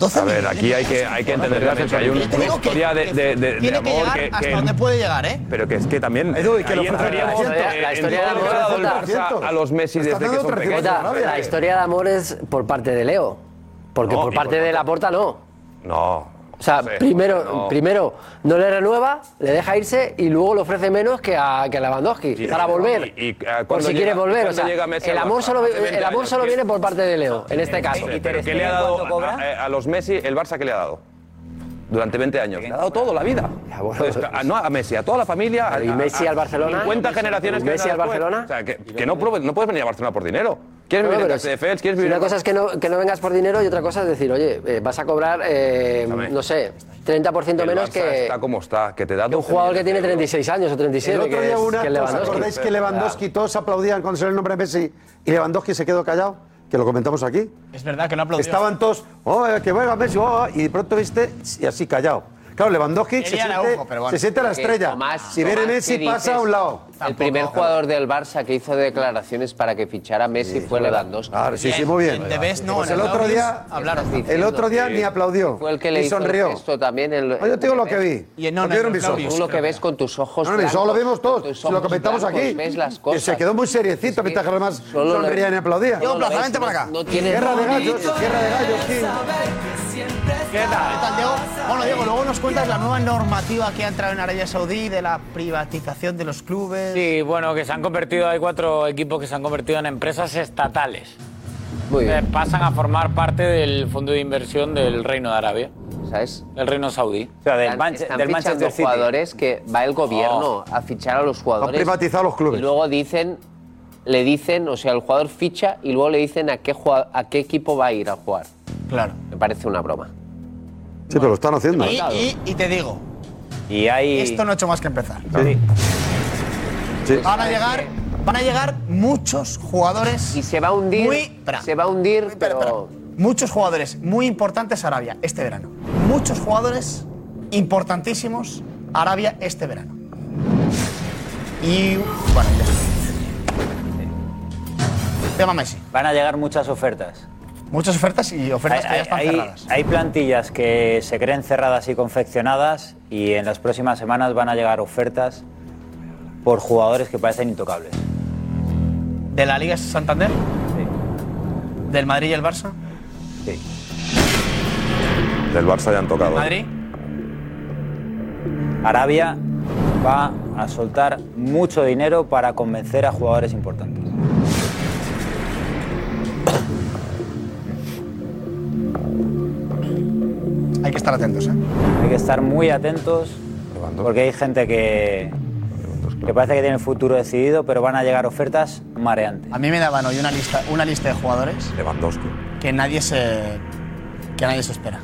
12 A ver, millones. aquí hay que, hay que entender también que hay un- Yo te una digo que- historia de, de, de- de Tiene que amor llegar que. hasta que- donde puede llegar, ¿eh? pero que es que también. Edu, y que ahí lo ofrezcan entraríamos 300. en- La en historia todo de lo que amor ha dado el de Barça 300. a los Messi Está desde que dando son pequeños. Jota, la historia de amor es por parte de Leo. Porque No, por y parte por de la porta no. No. O sea, Sí, primero, no. primero no le renueva, le deja irse y luego le ofrece menos que a, que a Lewandowski para volver. Y, y, ah, por cuando si llega- quiere volver. O cuando sea, llega Messi el al amor Barça, solo, hace 20 el amor años, solo ¿qué? viene por parte de Leo, en este caso. Sí, pero ¿qué le ha dado a, eh, a- a los Messi el Barça que le ha dado? Durante 20 años. Le ha dado todo, la vida. Entonces, a- no a Messi, a toda la familia. a- ¿Y Messi a- al Barcelona? 50 generaciones ¿Y que Messi vendrán al Barcelona? después. O sea, que, que no, pruebe- no puedes venir a Barcelona por dinero. ¿Quieres No, vivir en pero casa si- de Fels? E ¿Quieres si vivir una en- cosa es que no, que no vengas por dinero y otra cosa es decir, oye, eh, vas a cobrar, eh, no sé, 30% El menos Barça que está como está, que te da un jugador que tiene 36 años o 37. El otro que día es- hubo una que es cosa, Lewandowski. ¿acordáis que Lewandowski todos aplaudían cuando salió el nombre de Messi y Lewandowski se quedó callado? Que lo comentamos aquí. Es verdad que no aplaudió. Estaban todos, oh, eh, que vuelva Messi, oh, oh, y de pronto viste, y así callado. Claro, Levandowski se Quería siente, Araujo, pero bueno. se siente la Porque estrella. Tomás- si viene Tomás, Messi, ¿qué pasa a dices? un lado. El primer jugador del Barça que hizo declaraciones para que fichara a Messi fue Lewandowski. Claro, sí, sí, muy bien. De Best no, Pues en el el otro Loudis día, hablaron. el otro día ni aplaudió, Fue el que le ni hizo el sonrió. gesto también. en- No, yo te digo lo que vi. Y en- Lo no, que vieron no, mis no, ojos. tú lo que ves con tus ojos No, no, mis ojos lo blancos, vimos con todos, tus si lo ojos comentamos blancos, aquí. ves las Que cosas. se quedó muy seriecito, mientras que los demás solo lo- sonrían y aplaudían. Diego Plaza, vente para acá. No tiene- Guerra de gallos, guerra de gallos, sí. ¿Qué tal? ¿Qué tal, Diego? Bueno, Diego, luego nos cuentas la nueva normativa que ha entrado en Arabia Saudí de la privatización de los clubes. Sí, bueno, que se han convertido, hay cuatro equipos que se han convertido en empresas estatales. Muy bien. Eh, Pasan a formar parte del fondo de inversión del Reino de Arabia. ¿Sabes? El Reino Saudí. O sea, del, Están- Manche- están del fichando Manchester City. jugadores que va el gobierno a fichar a los jugadores. Oh. privatizado los clubes. Y luego dicen, le dicen, o sea, el jugador ficha y luego le dicen a qué, jua- a qué equipo va a ir a jugar. Claro. Me parece una broma. Sí, pero lo están haciendo. Y, y- y te digo, Y hay... esto no ha hecho más que empezar. Sí. Van a llegar, van a llegar muchos jugadores. Y se va a hundir. Muy, Se va a hundir, pero... muchos jugadores muy importantes a Arabia este verano. Muchos jugadores importantísimos a Arabia este verano. Y bueno, ya está. Tema Messi. Van a llegar muchas ofertas. Muchas ofertas y ofertas que ya están hay, cerradas. hay plantillas que se creen cerradas y confeccionadas y en las próximas semanas van a llegar ofertas por jugadores que parecen intocables. ¿De la Liga Santander? ¿Del Madrid y el Barça? Del Barça ya han tocado. ¿Madrid? Arabia va a soltar mucho dinero para convencer a jugadores importantes. Hay que estar atentos, ¿eh? Hay que estar muy atentos porque hay gente que, que parece que tiene el futuro decidido, pero van a llegar ofertas mareantes. A mí me daban hoy una lista, una lista de jugadores que nadie se que nadie se espera.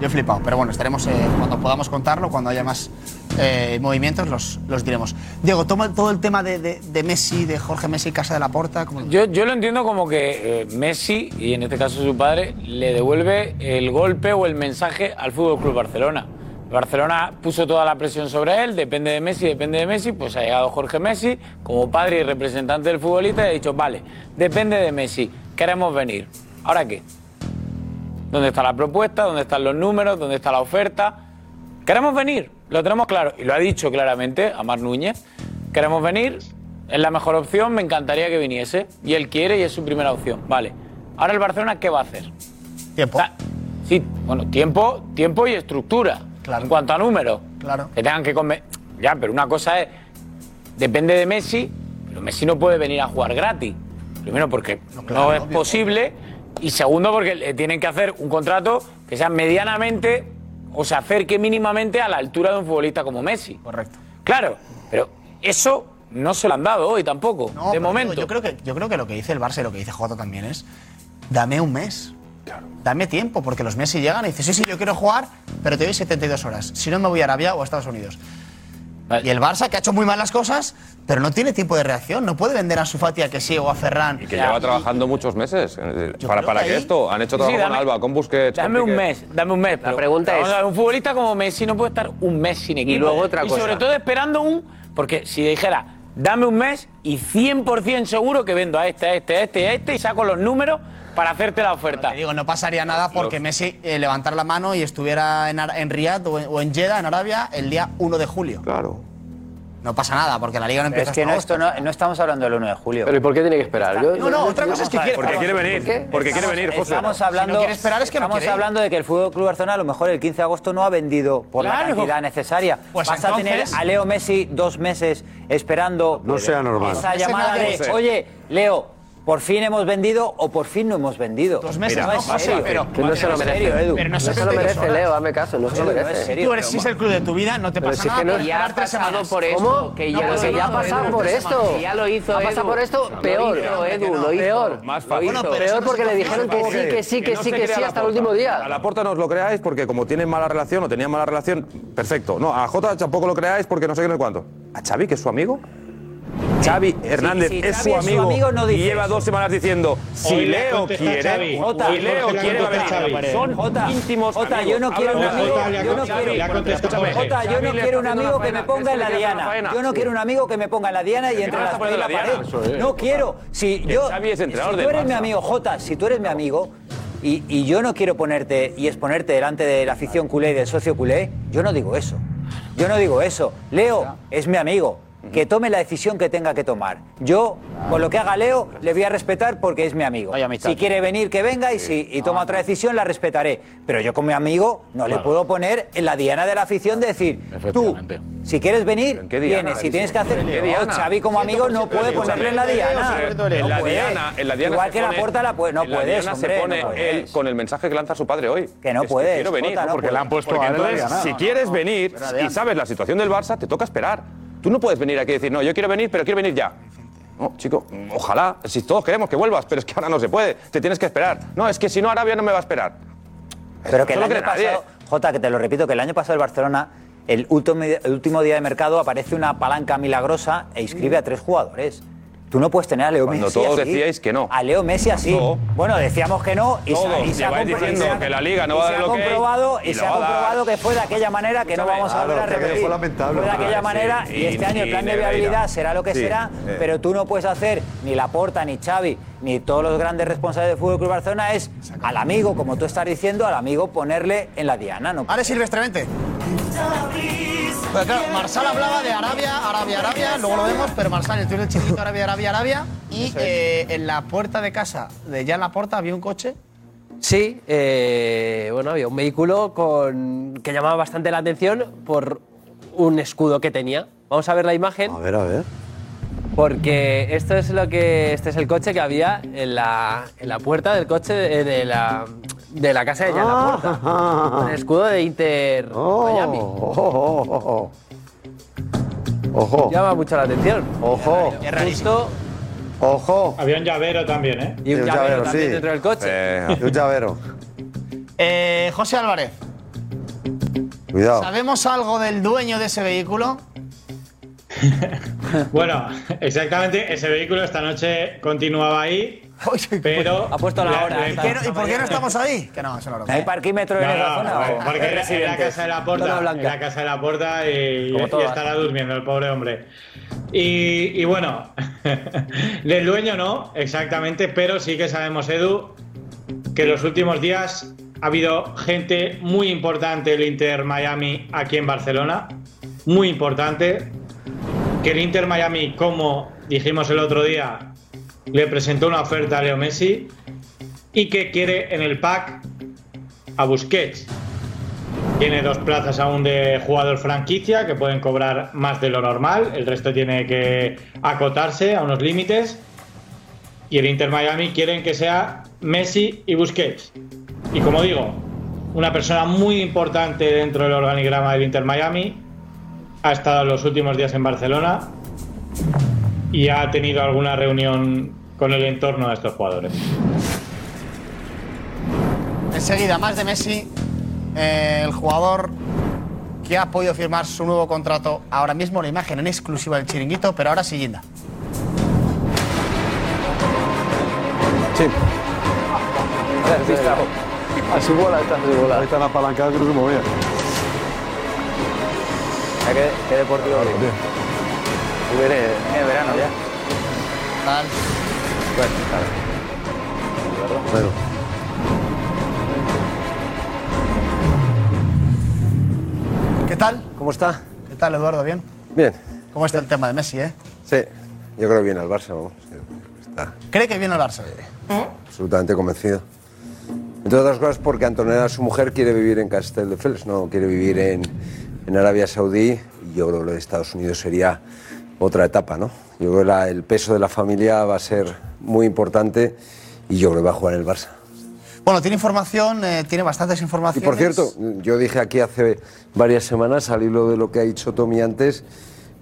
Yo he flipado, pero bueno, estaremos eh, cuando podamos contarlo, cuando haya más eh, movimientos los, los diremos. Diego, toma todo el tema de, de- de Messi, de Jorge Messi, Casa de la Porta. como- Yo, yo lo entiendo como que eh, Messi, y en este caso su padre, le devuelve el golpe o el mensaje al Fútbol Club Barcelona. Barcelona puso toda la presión sobre él, depende de Messi, depende de Messi, pues ha llegado Jorge Messi como padre y representante del futbolista y ha dicho, vale, depende de Messi, queremos venir. ¿Ahora qué? ¿Dónde está la propuesta? ¿Dónde están los números? ¿Dónde está la oferta? Queremos venir, lo tenemos claro. Y lo ha dicho claramente Amar Núñez. Queremos venir, es la mejor opción, me encantaría que viniese. Y él quiere y es su primera opción. Vale. Ahora el Barcelona, ¿qué va a hacer? Tiempo. sí, bueno, tiempo, tiempo y estructura. En cuanto a números. Claro. Que tengan que conven- Ya, pero una cosa es. Depende de Messi, pero Messi no puede venir a jugar gratis. Primero porque no, es posible. Y segundo porque le tienen que hacer un contrato que sea medianamente o se acerque mínimamente a la altura de un futbolista como Messi. Correcto. Claro, pero eso no se lo han dado hoy tampoco, No, de Oh, pero momento. digo, Yo creo, que, yo creo que lo que dice el Barça y lo que dice Jota también es, dame un mes. Dame tiempo, porque los Messi llegan y dicen, sí, sí, yo quiero jugar, pero te doy 72 horas. Si no, me voy a Arabia o a Estados Unidos. Y el Barça, que ha hecho muy mal las cosas, pero no tiene tiempo de reacción. No puede vender a Sufati, a que sí o a Ferran. Que lleva trabajando muchos meses. eh, Para, creo para que que, ahí- esto. Han hecho Sí, sí, trabajo con dame- Alba, con Busquets. con Dame un Piqué. mes, dame un mes. La pregunta es- Un futbolista como Messi no puede estar un mes sin equipo. luego otra cosa. Y sobre todo esperando un. Porque si dijera, dame un mes y 100% seguro que vendo a este, a este, a este, a este y saco los números para hacerte la oferta. digo, no pasaría nada porque Messi eh, levantara la mano y estuviera en, Ar- en Riyadh o en, o en Jeddah, en Arabia, el día 1 de julio. Claro. No pasa nada, porque la liga no Pero empieza es que hasta no, agosto. esto no, no estamos hablando del 1 de julio. ¿Pero y por qué tiene que esperar? Yo- No, no, otra cosa es que quiere- Porque quiere venir, porque quiere venir, José. Estamos Si no hablando, quiere esperar, es que no estamos quiere ir. hablando de que el Fútbol Club Barcelona a lo mejor el 15 de agosto no ha vendido por Claro. la cantidad necesaria. Pues Vas a tener entonces- a Leo Messi dos meses esperando No sea normal. esa Ese llamada nadie- de, José. oye, Leo, por fin hemos vendido o por fin no hemos vendido. Dos meses, Mira, no, José, pero- Que no se lo en serio, merece. Edu. no se lo merece, Leo, hazme caso, no se lo Edu, no es merece. serio, Tú eres si es el club de tu vida, no te Pero pasa si es nada. que no- pero ya esperar ha tres pasado semanas. por esto, ¿Cómo? que ya No, lo- pero que no, ya ha no, pasado Edu, por tres esto. semanas. Que ya lo hizo Ha pasado Edu. por esto, No, peor, no, no, Edu, no, lo hizo. peor. Más fácil. Lo hizo. Ah, Bueno, pero Peor eso no porque es le fácil. dijeron que sí, que sí, que sí, se que crea sí la hasta el Porta. último día. A la porta no os lo creáis porque como tienen mala relación o tenían mala relación, perfecto. No, a Jota tampoco lo creáis porque no sé qué no sé cuánto. A Xavi, que es su amigo. Xavi Hernández si es, Xavi su es su amigo, amigo, no y dice lleva eso. dos semanas diciendo si Hoy le ha Leo contestado quiere, Xavi. si Hoy Leo le ha quiere va a contestado venir. Xavi. Son Jota, íntimos Jota, amigos. yo no quiero un Hablan amigo- Jota, yo no Xavi, quiero- le ha contestado Xavi. Jota, yo Xavi no le quiero un está haciendo amigo una que me faena. ponga en la Ese le está haciendo una diana. faena. Yo no quiero un amigo que me ponga en la diana y Que entre la me está espalda y la poniendo pared. la diana. Eso es, No quiero. Si Que yo, Xavi es si entrenador tú del eres mi Barça. amigo, Jota, si tú eres mi amigo y, y yo no quiero ponerte y exponerte delante de la afición culé y del socio culé, yo no digo eso. Yo no digo eso. Leo es mi amigo. Que tome la decisión que tenga que tomar. Yo, con lo que haga Leo, le voy a respetar porque es mi amigo. Si quiere venir, que venga y si y Ah. toma otra decisión, la respetaré. Pero yo, como mi amigo, no le puedo poner en la diana de la afición de decir, tú, si quieres venir, qué diana? vienes. Si tienes que hacer. ¿En qué No, diana? Xavi, como amigo, no puede Escúchame, ponerle en la diana. En la No puede. diana, en la diana Igual se que la pone- puerta la puede. No en la puedes. diana hombre, se pone no puedes. él con el mensaje que lanza su padre hoy. Que no puedes, quiero venir. Jota, no Porque le puedes. han puesto Porque a él entonces, de ganar. Si No, quieres no, venir era de y antes. sabes la situación del Barça, te toca esperar. Tú no puedes venir aquí y decir, no, yo quiero venir, pero quiero venir ya. No, chico, ojalá, si todos queremos que vuelvas, pero es que ahora no se puede, te tienes que esperar. No, es que si no, Arabia no me va a esperar. Pero que el Solo año que nadie. pasado, Jota, que te lo repito, que el año pasado el Barcelona, el último, el último día de mercado aparece una palanca milagrosa e inscribe a tres jugadores. Tú no puedes tener a Leo Mm. Cuando Messi todos así. decíais que no. A Leo Messi así. No. Bueno, decíamos que no y, se- Todos y se ha lleváis compro- y diciendo se ha- que la Liga no y va a se dar ha lo que hay, comprobado y, y se lo ha va a dar. comprobado que fue de aquella manera que no Escúchame. vamos a volver a Claro, que repetir. fue lamentable. Fue de Ah, aquella sí. manera y Y- este año el y plan de Negreira. viabilidad será lo que Sí, será, eh. pero tú no puedes hacer ni Laporta ni Xavi ni todos los grandes responsables del Fútbol Club Barcelona es al amigo, como tú estás diciendo, al amigo ponerle en la diana, no. Ahora silvestremente. Pero Pues claro, Marsal hablaba de Arabia, Arabia, Arabia, luego lo vemos, pero Marsal, el tuyo del chiquito, Arabia, Arabia, Arabia. Y eh, en la puerta de casa de ya en la puerta había un coche. Sí, eh, bueno, había un vehículo con, que llamaba bastante la atención por un escudo que tenía. Vamos a ver la imagen. A ver, a ver. Porque esto es lo que. Este es el coche que había en la, en la puerta del coche de, de la, de la casa de ella, la puerta. Ah. Con el escudo de Inter Miami. Oh, Ojo. Ojo. Llama mucho la atención. Ojo. Justo Ojo. Había un llavero también, ¿eh? Y un llavero también sí. dentro del coche. Y un llavero. Eh, José Álvarez. Oh. Cuidado. ¿Sabemos algo del dueño de ese vehículo? Bueno, exactamente, ese vehículo esta noche continuaba ahí, pero... Ha puesto la hora, le- está- le- ¿Qué no- y por qué no estamos ahí? Que no, eso no lo ¿Hay parquímetro en No, la no, zona? o- porque ¿Hay era en la residentes? casa de la puerta, Zona blanca. en la casa de la puerta y, Como y todas. estará durmiendo el pobre hombre. Y, y bueno, del dueño no, exactamente, pero sí que sabemos, Edu, que en los últimos días ha habido gente muy importante del Inter Miami aquí en Barcelona, muy importante, que el Inter Miami, como dijimos el otro día, le presentó una oferta a Leo Messi y que quiere en el pack a Busquets. Tiene dos plazas aún de jugador franquicia que pueden cobrar más de lo normal. El resto tiene que acotarse a unos límites. Y el Inter Miami quieren que sea Messi y Busquets. Y como digo, una persona muy importante dentro del organigrama del Inter Miami. Ha estado en los últimos días en Barcelona y ha tenido alguna reunión con el entorno de estos jugadores. Enseguida, más de Messi, eh, el jugador que ha podido firmar su nuevo contrato. Ahora mismo la imagen en exclusiva del chiringuito, pero ahora sí, Ginda. Sí. Así bola, está así bola. Ahí está la palanca, creo que me voy a. ¿Qué, qué deportivo bonito. Y veré- Es verano ya. Tal. Bueno, Bueno. claro. ¿Qué tal? ¿Cómo está? ¿Qué tal, Eduardo? ¿Bien? Bien. ¿Cómo está el tema de Messi, eh? Sí, yo creo que viene al Barça, vamos. Sí, Está ¿Cree que viene el Barça? absolutamente convencido. Entre otras cosas porque Antonella, su mujer, quiere vivir en Castel de Fels, no quiere vivir en, en Arabia Saudí. Y yo creo que lo de Estados Unidos sería otra etapa, ¿no? Yo creo que la- el peso de la familia va a ser muy importante y yo creo que va a jugar en el Barça. Bueno, tiene información, eh, tiene bastantes Y informaciones. por cierto, yo dije aquí hace varias semanas, al hilo de lo que ha dicho Tommy antes,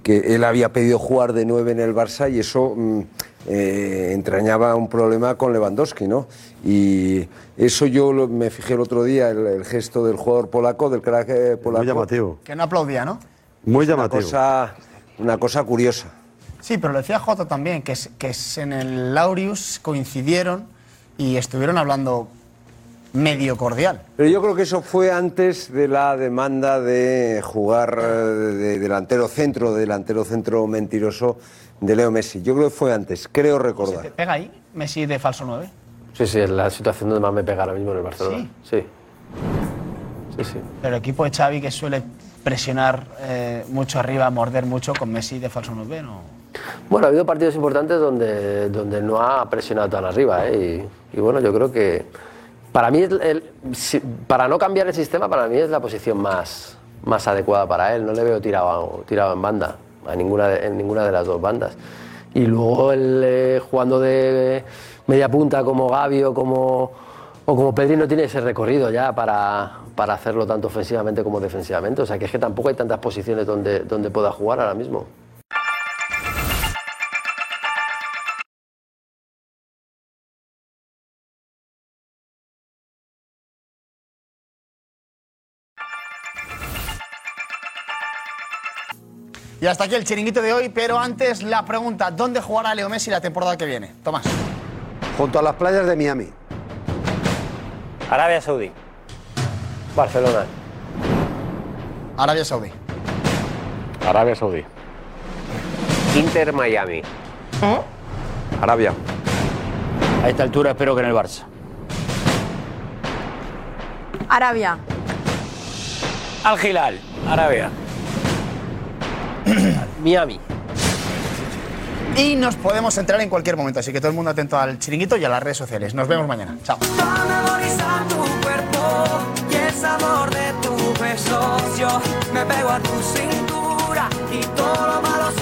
que él había pedido jugar de nueve en el Barça y eso mm, eh, entrañaba un problema con Lewandowski, ¿no? Y eso yo lo- me fijé el otro día, el, el gesto del jugador polaco, del crack eh, polaco. Muy llamativo. que no aplaudía, ¿no? Muy llamativo. Una cosa, una cosa curiosa. Sí, pero lo decía Jota también, que, es- que es en el Laureus coincidieron y estuvieron hablando medio cordial. Pero yo creo que eso fue antes de la demanda de jugar eh, de, de delantero centro, de delantero centro mentiroso de Leo Messi. Yo creo que fue antes, creo recordar. ¿Pega ahí Messi de falso 9? Sí, sí, es la situación donde más me pega ahora mismo en el Barcelona. Sí. Sí, sí. Pero el equipo de Xavi que suele presionar eh, mucho arriba, morder mucho con Messi de falso 9, ¿no? Bueno, ha habido partidos importantes donde, donde no ha presionado tan arriba. ¿eh? Y, y bueno, yo creo que para mí, el- el- si- para no cambiar el sistema, para mí es la posición más, más adecuada para él. No le veo tirado, tirado en banda, a ninguna de- en ninguna de las dos bandas. Y luego el, eh, jugando de media punta como Gavi o como, o como Pedri no tiene ese recorrido ya para, para hacerlo tanto ofensivamente como defensivamente. O sea que es que tampoco hay tantas posiciones donde, donde pueda jugar ahora mismo. Y hasta aquí el chiringuito de hoy, pero antes la pregunta, ¿dónde jugará Leo Messi la temporada que viene? Tomás. Junto a las playas de Miami. Arabia Saudí. Barcelona. Arabia Saudí. Arabia Saudí. Inter Miami. Arabia. A esta altura espero que en el Barça. Arabia. Al Gilal, Arabia. Miami. Y nos podemos entrar en cualquier momento, así que todo el mundo atento al chiringuito y a las redes sociales. Nos vemos mañana. Chao. memorizar tu cuerpo y el sabor de tu besos. Yo me pego a tu cintura y todo lo malo se